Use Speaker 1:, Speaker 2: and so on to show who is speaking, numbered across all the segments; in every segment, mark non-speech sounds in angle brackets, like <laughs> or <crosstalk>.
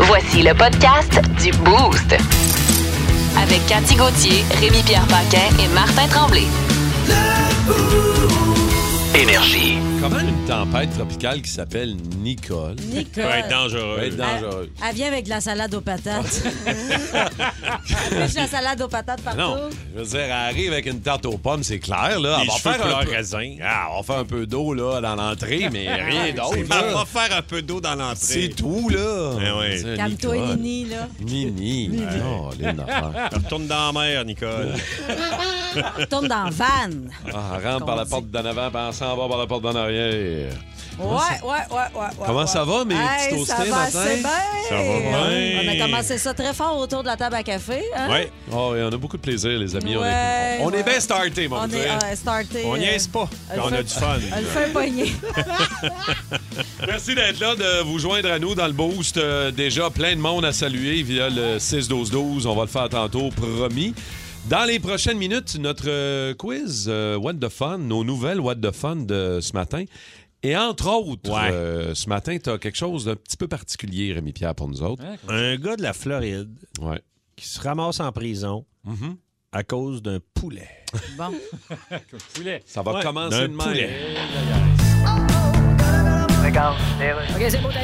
Speaker 1: Voici le podcast du Boost. Avec Cathy Gauthier, Rémi-Pierre Paquin et Martin Tremblay.
Speaker 2: Énergie.
Speaker 3: Comment une tempête tropicale qui s'appelle Nicole
Speaker 4: Nicole.
Speaker 5: Ça va être dangereux.
Speaker 3: peut être
Speaker 4: Elle-
Speaker 3: dangereuse?
Speaker 4: Elle, vient avec de la salade aux patates. Elle pêche la salade aux patates partout.
Speaker 3: Non, je veux dire, elle arrive avec une tarte aux pommes, c'est clair, là.
Speaker 5: Les
Speaker 3: Elle va
Speaker 5: cheveux
Speaker 3: faire
Speaker 5: couleur
Speaker 3: un peu...
Speaker 5: raisin.
Speaker 3: Ah, on va faire un peu d'eau, là, dans l'entrée,
Speaker 5: <laughs>
Speaker 3: mais rien
Speaker 5: On
Speaker 3: d'autre, là.
Speaker 5: va faire un peu d'eau dans l'entrée.
Speaker 3: C'est tout, là.
Speaker 5: Eh oui.
Speaker 3: C'est
Speaker 4: Calme-toi,
Speaker 3: Nicole.
Speaker 4: Nini, là.
Speaker 3: Nini. Non,
Speaker 5: <laughs>
Speaker 3: les affaire.
Speaker 5: Retourne dans la mer, Nicole.
Speaker 4: Tombe dans la vanne.
Speaker 3: Ah, rentre par la
Speaker 4: dit.
Speaker 3: porte d'en avant, puis on s'en va par la porte d'en arrière.
Speaker 4: Ouais, ouais, ouais, ouais.
Speaker 3: Comment
Speaker 4: ouais.
Speaker 3: ça va, mes
Speaker 4: Hey,
Speaker 3: petits
Speaker 4: Ça
Speaker 3: toastés,
Speaker 4: va
Speaker 3: Martin?
Speaker 4: assez bien.
Speaker 5: Ça va bien.
Speaker 4: On a commencé ça très fort autour de la table à café. Hein?
Speaker 5: Ouais.
Speaker 3: Oh, et on a beaucoup de plaisir, les amis. on
Speaker 4: Ouais,
Speaker 3: est, on est
Speaker 4: ouais.
Speaker 3: bien startés, mon
Speaker 4: On est
Speaker 3: Dieu.
Speaker 4: euh, starté.
Speaker 5: On
Speaker 4: euh,
Speaker 5: niaise pas.
Speaker 4: elle
Speaker 5: on
Speaker 4: fait-
Speaker 5: a du fun.
Speaker 4: Elle fait un
Speaker 3: <laughs>
Speaker 4: poignet.
Speaker 3: Merci d'être là, de vous joindre à nous dans le boost. Euh, déjà, plein de monde à saluer via le 6-12-12. On va le faire tantôt, promis. Dans les prochaines minutes, notre euh, quiz euh, What the Fun, nos nouvelles What the Fun de ce matin. Et entre autres,
Speaker 5: Ouais.
Speaker 3: euh, ce matin, tu as quelque chose d'un petit peu particulier, Rémi-Pierre, pour nous autres.
Speaker 5: Un gars de la Floride
Speaker 3: Ouais.
Speaker 5: qui se ramasse en prison à cause d'un poulet.
Speaker 4: Bon.
Speaker 6: poulet.
Speaker 3: Ça va
Speaker 5: Ouais,
Speaker 3: commencer
Speaker 5: d'un
Speaker 3: de même.
Speaker 5: poulet.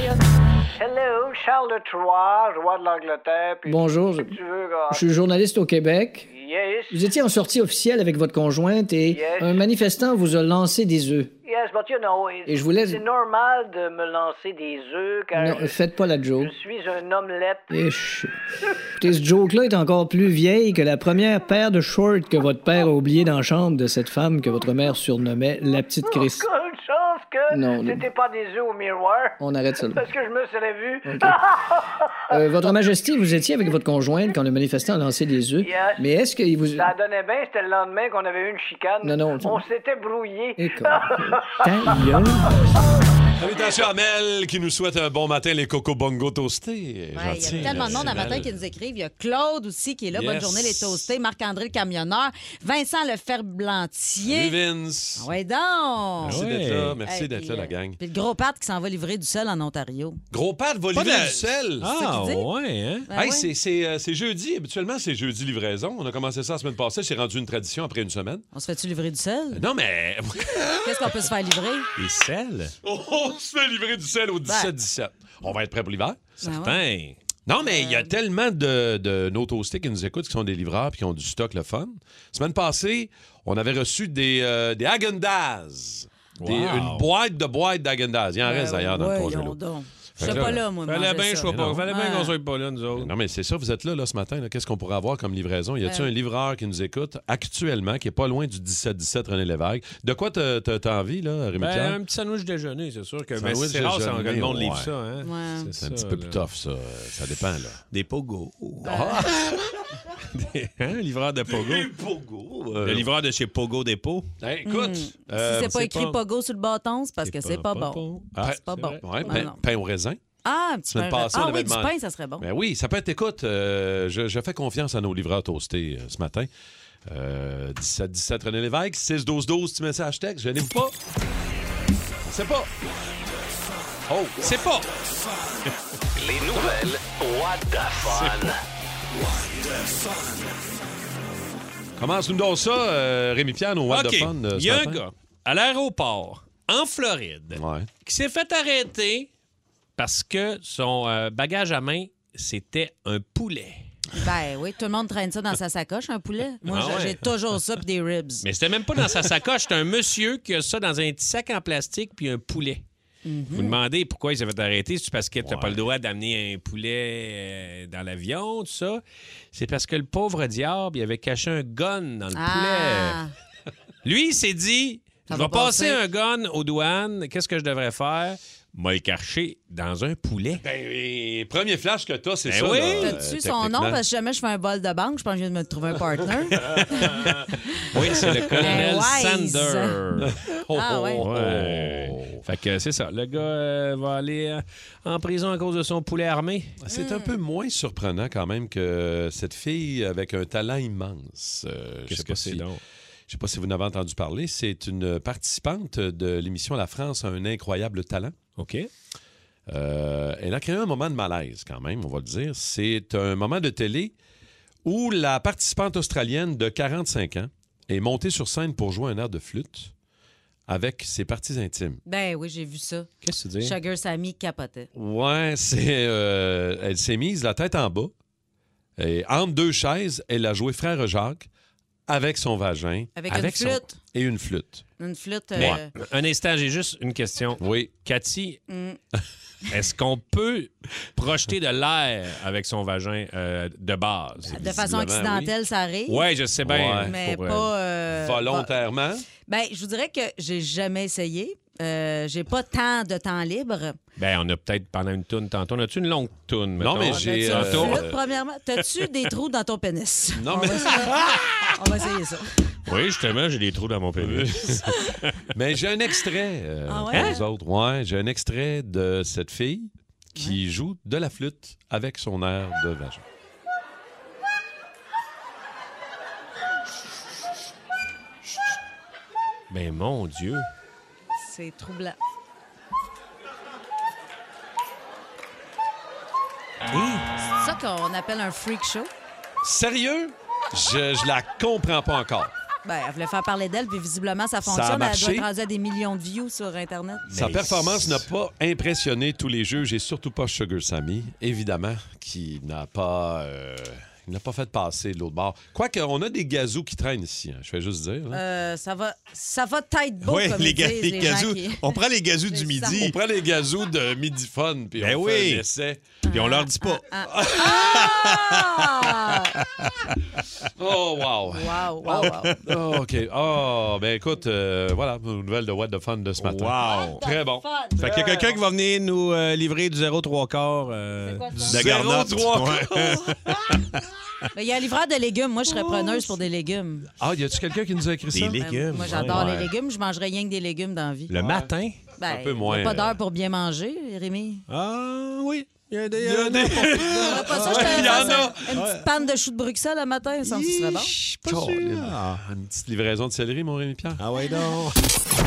Speaker 7: Hello, Charles de Troyes, roi de l'Angleterre. puis-
Speaker 8: Bonjour, je,
Speaker 7: Tu veux, gars?
Speaker 8: je suis journaliste au Québec.
Speaker 7: Yes,
Speaker 8: Vous étiez en sortie officielle avec votre conjointe et
Speaker 7: Yes.
Speaker 8: un manifestant vous a lancé des œufs.
Speaker 7: yes, but you know, it-
Speaker 8: Et je voulais-
Speaker 7: c'est normal de me lancer des œufs car
Speaker 8: Non, euh,
Speaker 7: je,
Speaker 8: faites pas la joke.
Speaker 7: je suis un omelette.
Speaker 8: Et je- Écoutez, ce joke-là est encore plus vieille que la première paire de shorts que votre père a oublié dans la chambre de cette femme que votre mère surnommait la petite
Speaker 7: Oh,
Speaker 8: Chris.
Speaker 7: Quelle chance que
Speaker 8: Non,
Speaker 7: c'était pas des œufs au miroir.
Speaker 8: On arrête ça là.
Speaker 7: Parce que je me serais vu.
Speaker 8: Euh, votre Majesté, vous étiez avec votre conjointe quand le manifestant a lancé des œufs.
Speaker 7: Yes.
Speaker 8: Mais est-ce qu'il vous...
Speaker 7: Ça donnait bien, c'était le lendemain qu'on avait eu une chicane.
Speaker 8: Non, non,
Speaker 7: On s'était brouillé.
Speaker 8: Écoute, ta
Speaker 7: <laughs>
Speaker 8: gueule.
Speaker 3: Salutations à Mel qui nous souhaite un bon matin, les Coco Bongo toastés.
Speaker 4: Ouais, il y a tellement de monde à matin qui nous écrivent. Il y a Claude aussi qui est là. Bonne
Speaker 3: Yes.
Speaker 4: journée, les toastés. Marc-André, le camionneur. Vincent, le ferblantier.
Speaker 3: Vince.
Speaker 4: Ah ouais, donc.
Speaker 3: Merci
Speaker 5: Ouais.
Speaker 3: d'être là, merci
Speaker 4: Hey,
Speaker 3: d'être
Speaker 4: puis,
Speaker 3: là, la
Speaker 4: euh,
Speaker 3: gang.
Speaker 4: Puis le gros Pat qui s'en va livrer du sel en Ontario.
Speaker 3: Gros Pat va
Speaker 5: Pas
Speaker 3: livrer
Speaker 5: de-
Speaker 3: du sel.
Speaker 5: Ah,
Speaker 4: qu'il dit?
Speaker 5: ouais, hein?
Speaker 4: Ben
Speaker 3: Hey,
Speaker 4: ouais.
Speaker 3: c'est- c'est euh, c'est jeudi. Habituellement, c'est jeudi livraison. On a commencé ça la semaine passée. C'est rendu une tradition après une semaine.
Speaker 4: On se fait-tu livrer du sel?
Speaker 3: Ben Non, mais <laughs>
Speaker 4: Qu'est-ce qu'on peut se faire livrer?
Speaker 5: Des sels?
Speaker 3: on se fait livrer du sel au 17-17. On va être prêt pour l'hiver.
Speaker 4: Ben ouais.
Speaker 5: Putain.
Speaker 3: Non, mais il y a tellement de, de nos toastés qui nous écoutent, qui sont des livreurs puis qui ont du stock le fun. Semaine passée, on avait reçu des, euh, des Häagen-Dazs. Des- Une boîte de boîtes d'Agendaz. Il en reste d'ailleurs dans le
Speaker 4: Ouais, Ben
Speaker 3: congélo.
Speaker 4: voyons donc. Je
Speaker 3: Fait que
Speaker 4: serais
Speaker 3: là,
Speaker 4: pas là, moi.
Speaker 5: Fallait
Speaker 4: manger
Speaker 5: bien,
Speaker 4: ça.
Speaker 5: je sois pas. Fallait bien
Speaker 4: Ouais.
Speaker 5: qu'on soit pas là, nous autres.
Speaker 3: Non, mais c'est ça, vous êtes là, là ce matin. là. Qu'est-ce qu'on pourrait avoir comme livraison? Y
Speaker 4: Euh.
Speaker 3: a-t-il un livreur qui nous écoute actuellement, qui est pas loin du 17-17 René Lévesque? De quoi t'as t'as- t'as envie, là, Rémi
Speaker 5: Ben,
Speaker 3: Pierre?
Speaker 5: un petit sandwich déjeuner, c'est sûr que mais
Speaker 3: Sandwich
Speaker 5: c'est rare ça, que
Speaker 3: déjeuner,
Speaker 5: le monde livre
Speaker 3: ouais.
Speaker 5: ça. Hein?
Speaker 4: Ouais. Hum.
Speaker 3: C'est un petit peu plus tough, ça. Euh, Ça dépend, là.
Speaker 5: Des pogos. Ah!
Speaker 3: Ah!
Speaker 5: <laughs> hein, livreur de pogo.
Speaker 3: Pogo!
Speaker 5: Le livreur de chez Pogo Dépôt.
Speaker 3: écoute!
Speaker 4: Hmm. Si
Speaker 3: euh,
Speaker 4: c'est pas
Speaker 5: c'est
Speaker 4: écrit
Speaker 5: pas-
Speaker 4: Pogo sur le bâton, c'est parce que c'est pas bon.
Speaker 3: ah,
Speaker 4: C'est pas bon.
Speaker 3: ouais,
Speaker 4: Ah,
Speaker 3: pain-
Speaker 4: non.
Speaker 3: pain au raisin.
Speaker 4: Ah, un petit
Speaker 3: Semaine
Speaker 4: pain.
Speaker 3: passée, on
Speaker 4: ah
Speaker 3: avait
Speaker 4: oui, du
Speaker 3: demandé-
Speaker 4: pain, ça serait bon.
Speaker 3: Ben oui, ça peut être. Écoute, euh, je, je fais confiance à nos livreurs toastés euh, ce matin. Euh, 17-17 René Lévesque, 6-12-12, tu mets ça hashtag, je n'aime pas. C'est pas. Oh, c'est pas.
Speaker 2: Les nouvelles What the Fun.
Speaker 3: Commence-nous donc ça, euh, Rémi Pierre, au What
Speaker 5: OK.
Speaker 3: the Fun. euh,
Speaker 5: Il
Speaker 3: ce
Speaker 5: y a un
Speaker 3: matin.
Speaker 5: gars à l'aéroport, en Floride,
Speaker 3: Ouais.
Speaker 5: qui s'est fait arrêter parce que son euh, bagage à main, c'était un poulet.
Speaker 4: Ben oui, tout le monde traîne ça dans sa sacoche, un poulet. Moi,
Speaker 5: Ah
Speaker 4: j'ai-
Speaker 5: ouais.
Speaker 4: j'ai toujours ça pis des ribs.
Speaker 5: Mais c'était même pas dans sa sacoche. C'était un monsieur qui a ça dans un petit sac en plastique puis un poulet.
Speaker 4: Mhm.
Speaker 5: Vous demandez pourquoi il s'est fait arrêter. C'est parce que t'as pas le droit d'amener un poulet euh, dans l'avion, tout ça. C'est parce que le pauvre diable, il avait caché un gun dans le
Speaker 4: Ah!
Speaker 5: poulet. Lui, il s'est dit
Speaker 4: Ça
Speaker 5: je
Speaker 4: va
Speaker 5: vais passer
Speaker 4: passer.
Speaker 5: un gun aux douanes. Qu'est-ce que je devrais faire? M'a écarché dans un poulet.
Speaker 3: Ben, les premiers flashs que t'as, c'est
Speaker 5: Ben
Speaker 3: ça.
Speaker 5: oui.
Speaker 3: là,
Speaker 4: T'as-tu
Speaker 3: euh,
Speaker 4: son nom?
Speaker 3: techniquement.
Speaker 4: Parce que jamais je fais un bol de banque, je pense que je viens de me trouver un partner.
Speaker 3: <laughs>
Speaker 5: Oui, c'est
Speaker 4: <laughs>
Speaker 5: le colonel
Speaker 4: Ben, wise.
Speaker 5: Sander.
Speaker 4: Ah, ouais.
Speaker 3: Oh,
Speaker 5: Ouais. Fait que c'est ça. Le gars euh, va aller euh, en prison à cause de son poulet armé.
Speaker 3: C'est un peu moins surprenant quand même que cette fille avec un talent immense. Euh, je sais pas si-
Speaker 5: donc?
Speaker 3: Je sais pas si vous en avez entendu parler. C'est une participante de l'émission La France a un incroyable talent.
Speaker 5: OK.
Speaker 3: Euh, elle a créé un moment de malaise quand même, on va le dire. C'est un moment de télé où la participante australienne de 45 ans est montée sur scène pour jouer un air de flûte avec ses parties intimes.
Speaker 4: Ben oui, j'ai vu ça.
Speaker 5: Qu'est-ce que tu dis?
Speaker 4: Sugar Sammy capotait.
Speaker 3: Ouais, c'est. euh, elle s'est mise la tête en bas. Et entre deux chaises, elle a joué Frère Jacques avec son vagin.
Speaker 4: Avec une
Speaker 3: son-
Speaker 4: flûte.
Speaker 3: et une flûte.
Speaker 4: Une flûte.
Speaker 5: Mais,
Speaker 4: euh,
Speaker 5: un instant, j'ai juste une question.
Speaker 3: Oui.
Speaker 5: Cathy,
Speaker 4: Mm.
Speaker 5: <laughs> est-ce qu'on peut projeter de l'air avec son vagin euh, de base?
Speaker 4: de façon
Speaker 3: visiblement,
Speaker 4: accidentelle, ça arrive.
Speaker 5: Oui, je sais bien.
Speaker 3: Ouais.
Speaker 4: Mais
Speaker 5: Pour, euh,
Speaker 4: pas. euh,
Speaker 3: Volontairement.
Speaker 4: <laughs> Ben, je vous dirais que j'ai jamais essayé. Euh, j'ai pas tant de temps libre.
Speaker 5: Ben, on a peut-être pendant une toune tantôt. On a-tu une longue toune?
Speaker 3: Non,
Speaker 5: mettons?
Speaker 3: mais j'ai,
Speaker 4: As-tu une
Speaker 3: euh,
Speaker 4: flûte, premièrement? T'as-tu des trous dans ton pénis?
Speaker 3: Non,
Speaker 4: On
Speaker 3: mais-
Speaker 4: va essayer- On va essayer ça.
Speaker 5: euh,
Speaker 4: <laughs>
Speaker 5: Oui, justement, j'ai des trous dans mon pénis. <laughs>
Speaker 3: Mais j'ai un extrait euh,
Speaker 4: Ah ouais?
Speaker 3: pour vous autres. Ouais, j'ai un extrait de cette fille qui joue de la flûte avec son air de vagin.
Speaker 5: Mais Ben, mon Dieu.
Speaker 4: C'est troublant. C'est ça qu'on appelle un freak show.
Speaker 3: Sérieux? Je, je la comprends pas encore.
Speaker 4: Ben, elle voulait faire parler d'elle, puis visiblement, ça
Speaker 3: Ça a
Speaker 4: fonctionne. elle doit
Speaker 3: marché.
Speaker 4: être rendue à des millions de views sur Internet.
Speaker 3: Sa
Speaker 5: Mais
Speaker 3: performance
Speaker 5: c'est-
Speaker 3: n'a pas impressionné tous les juges et surtout pas Sugar Sammy, évidemment, qui n'a pas, euh, il n'a pas fait passer de l'autre bord. Quoique, on a des gazous qui traînent ici, hein, je vais juste dire. hein.
Speaker 4: Euh, ça va, ça va être beau,
Speaker 6: Ouais,
Speaker 4: comme
Speaker 6: les,
Speaker 4: ils
Speaker 6: ga-
Speaker 4: disent,
Speaker 6: les
Speaker 4: les gens
Speaker 6: gazous.
Speaker 4: qui...
Speaker 6: On prend les gazous
Speaker 4: C'est
Speaker 6: du
Speaker 4: ça.
Speaker 3: On
Speaker 6: midi.
Speaker 3: prend les gazous de Midiphone puis
Speaker 6: Ben
Speaker 3: on
Speaker 6: oui.
Speaker 3: fait un essai.
Speaker 6: Puis on leur dit pas.
Speaker 4: Ah!
Speaker 3: Oh, wow!
Speaker 4: Wow, wow, wow.
Speaker 3: Oh, OK. Oh, ben écoute, euh, voilà, une nouvelle de What the Fun de ce matin.
Speaker 6: Wow.
Speaker 3: Très bon.
Speaker 5: Fait qu'il y a quelqu'un qui va venir nous euh, livrer du 0,3 quart. euh,
Speaker 4: quoi ça?
Speaker 6: De
Speaker 5: du-
Speaker 3: Zéro
Speaker 6: garnotte.
Speaker 3: trois
Speaker 6: Ouais.
Speaker 4: Mais il y a un livreur de légumes. Moi, je serais preneuse pour des légumes.
Speaker 3: Ah, y a-tu quelqu'un qui nous a écrit ça?
Speaker 6: Des
Speaker 4: Ben,
Speaker 6: légumes.
Speaker 4: moi, j'adore
Speaker 3: ouais.
Speaker 4: les légumes. Je mangerais rien que des légumes dans la vie.
Speaker 5: Le matin?
Speaker 4: Ben,
Speaker 3: peu moins,
Speaker 4: il y a pas
Speaker 3: euh,
Speaker 4: d'heure pour bien manger, Rémi.
Speaker 5: Ah oui. Il y a des...
Speaker 3: <laughs>
Speaker 4: Ah, pas ça, je te
Speaker 3: il y en
Speaker 4: fasse un- Une petite panne de choux de Bruxelles le matin, ça me serait bon.
Speaker 3: Colin. Ah, Une petite livraison de céleri, mon Rémi-Pierre.
Speaker 5: Ah ouais donc.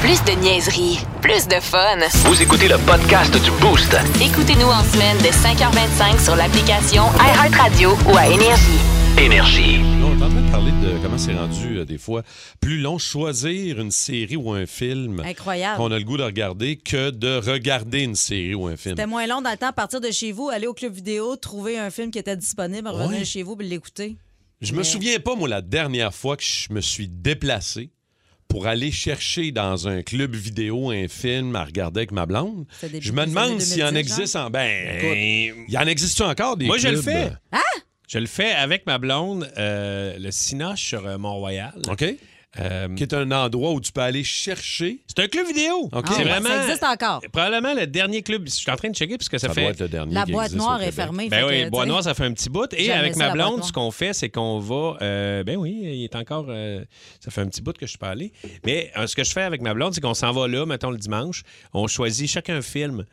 Speaker 1: Plus de niaiserie, plus de fun.
Speaker 2: Vous écoutez le podcast du Boost.
Speaker 1: Écoutez-nous en semaine de 5h25 sur l'application iHeartRadio ou à Énergie.
Speaker 2: Énergie.
Speaker 3: Là, on est en train de parler de comment c'est rendu, euh, des fois, plus long choisir une série ou un film qu'on
Speaker 4: Incroyable.
Speaker 3: a le goût de regarder que de regarder une série ou un film.
Speaker 4: C'était moins long dans le temps, partir de chez vous, aller au club vidéo, trouver un film qui était disponible, revenir
Speaker 3: Ouais.
Speaker 4: chez vous puis l'écouter.
Speaker 3: Je me souviens pas, moi, la dernière fois que je me suis déplacé pour aller chercher dans un club vidéo un film à regarder avec ma blonde.
Speaker 4: C'était début
Speaker 3: Je me
Speaker 4: des années
Speaker 3: demande s'il en
Speaker 4: 2010,
Speaker 3: existe en... Ben,
Speaker 5: Écoute.
Speaker 3: il y en existe encore des
Speaker 5: Moi, je
Speaker 3: clubs?
Speaker 5: le fais. Eh, Je le fais avec ma blonde, euh, le Cinoche sur euh, Mont-Royal.
Speaker 3: OK?
Speaker 5: Euh,
Speaker 3: Qui est un endroit où tu peux aller chercher...
Speaker 5: c'est un club vidéo.
Speaker 3: OK.
Speaker 4: Ah,
Speaker 5: C'est
Speaker 4: ouais,
Speaker 5: vraiment.
Speaker 4: Ça existe encore.
Speaker 5: Probablement le dernier club. Je suis en train de checker parce que ça,
Speaker 3: Ça
Speaker 5: fait.
Speaker 3: doit être le dernier
Speaker 4: La
Speaker 3: qui
Speaker 4: boîte
Speaker 3: existe au
Speaker 4: noire est
Speaker 3: Québec.
Speaker 4: fermée.
Speaker 5: Ben
Speaker 4: fait
Speaker 5: oui,
Speaker 4: que,
Speaker 5: le bois
Speaker 4: tu sais,
Speaker 5: noir, ça fait un petit bout. Et
Speaker 4: J'aimais
Speaker 5: avec
Speaker 4: ça,
Speaker 5: ma
Speaker 4: la boîte
Speaker 5: blonde,
Speaker 4: noire.
Speaker 5: ce qu'on fait, c'est qu'on va. euh, ben oui, il est encore. euh, ça fait un petit bout que je suis pas allé. Mais euh, ce que je fais avec ma blonde, c'est qu'on s'en va là, mettons le dimanche. On choisit chacun un film.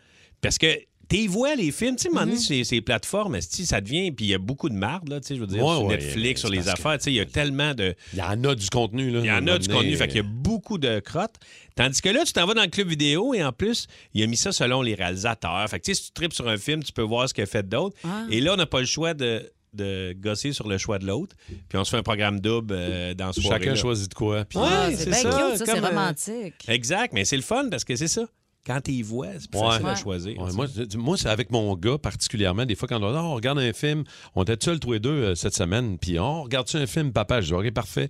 Speaker 5: Parce que. T'y vois les films, tu sais, à un moment donné,
Speaker 4: Mm-hmm.
Speaker 5: ces, ces plateformes, esti, ça devient, puis il y a beaucoup de marde, là, tu sais, je veux dire,
Speaker 3: Ouais,
Speaker 5: sur
Speaker 3: ouais,
Speaker 5: Netflix, sur
Speaker 3: c'est
Speaker 5: les
Speaker 3: parce que-
Speaker 5: affaires, tu sais, il y a tellement de,
Speaker 3: Il y en a du contenu, là.
Speaker 5: il y en a du
Speaker 3: moment
Speaker 5: contenu,
Speaker 3: donné. euh,
Speaker 5: fait qu'il y a beaucoup de crottes. Tandis que là, tu t'en vas dans le club vidéo et en plus, il a mis ça selon les réalisateurs. Fait que tu sais, si tu tripes sur un film, tu peux voir ce qu'il a fait d'autre.
Speaker 4: Ah.
Speaker 5: Et là, on n'a pas le choix de, de gosser sur le choix de l'autre. Puis on se fait un programme double euh, dans ce
Speaker 3: Chacun choisit de quoi. puis-
Speaker 4: ah,
Speaker 5: Ouais,
Speaker 4: c'est
Speaker 5: c'est
Speaker 4: bien
Speaker 5: ça.
Speaker 4: cute, ça, c'est
Speaker 5: comme, euh,
Speaker 4: romantique.
Speaker 5: Exact, mais c'est le fun parce que c'est ça. Quand tu y vois, c'est plus
Speaker 3: Ouais.
Speaker 5: facile à
Speaker 4: Ouais.
Speaker 5: choisir.
Speaker 3: Ouais,
Speaker 5: tu
Speaker 3: moi,
Speaker 5: sais.
Speaker 3: je- moi, c'est avec mon gars particulièrement. Des fois, quand on, dit, Ah, on regarde un film, on était seuls tous les deux euh, cette semaine, puis on regarde-tu un film, papa? Je dis, OK, parfait.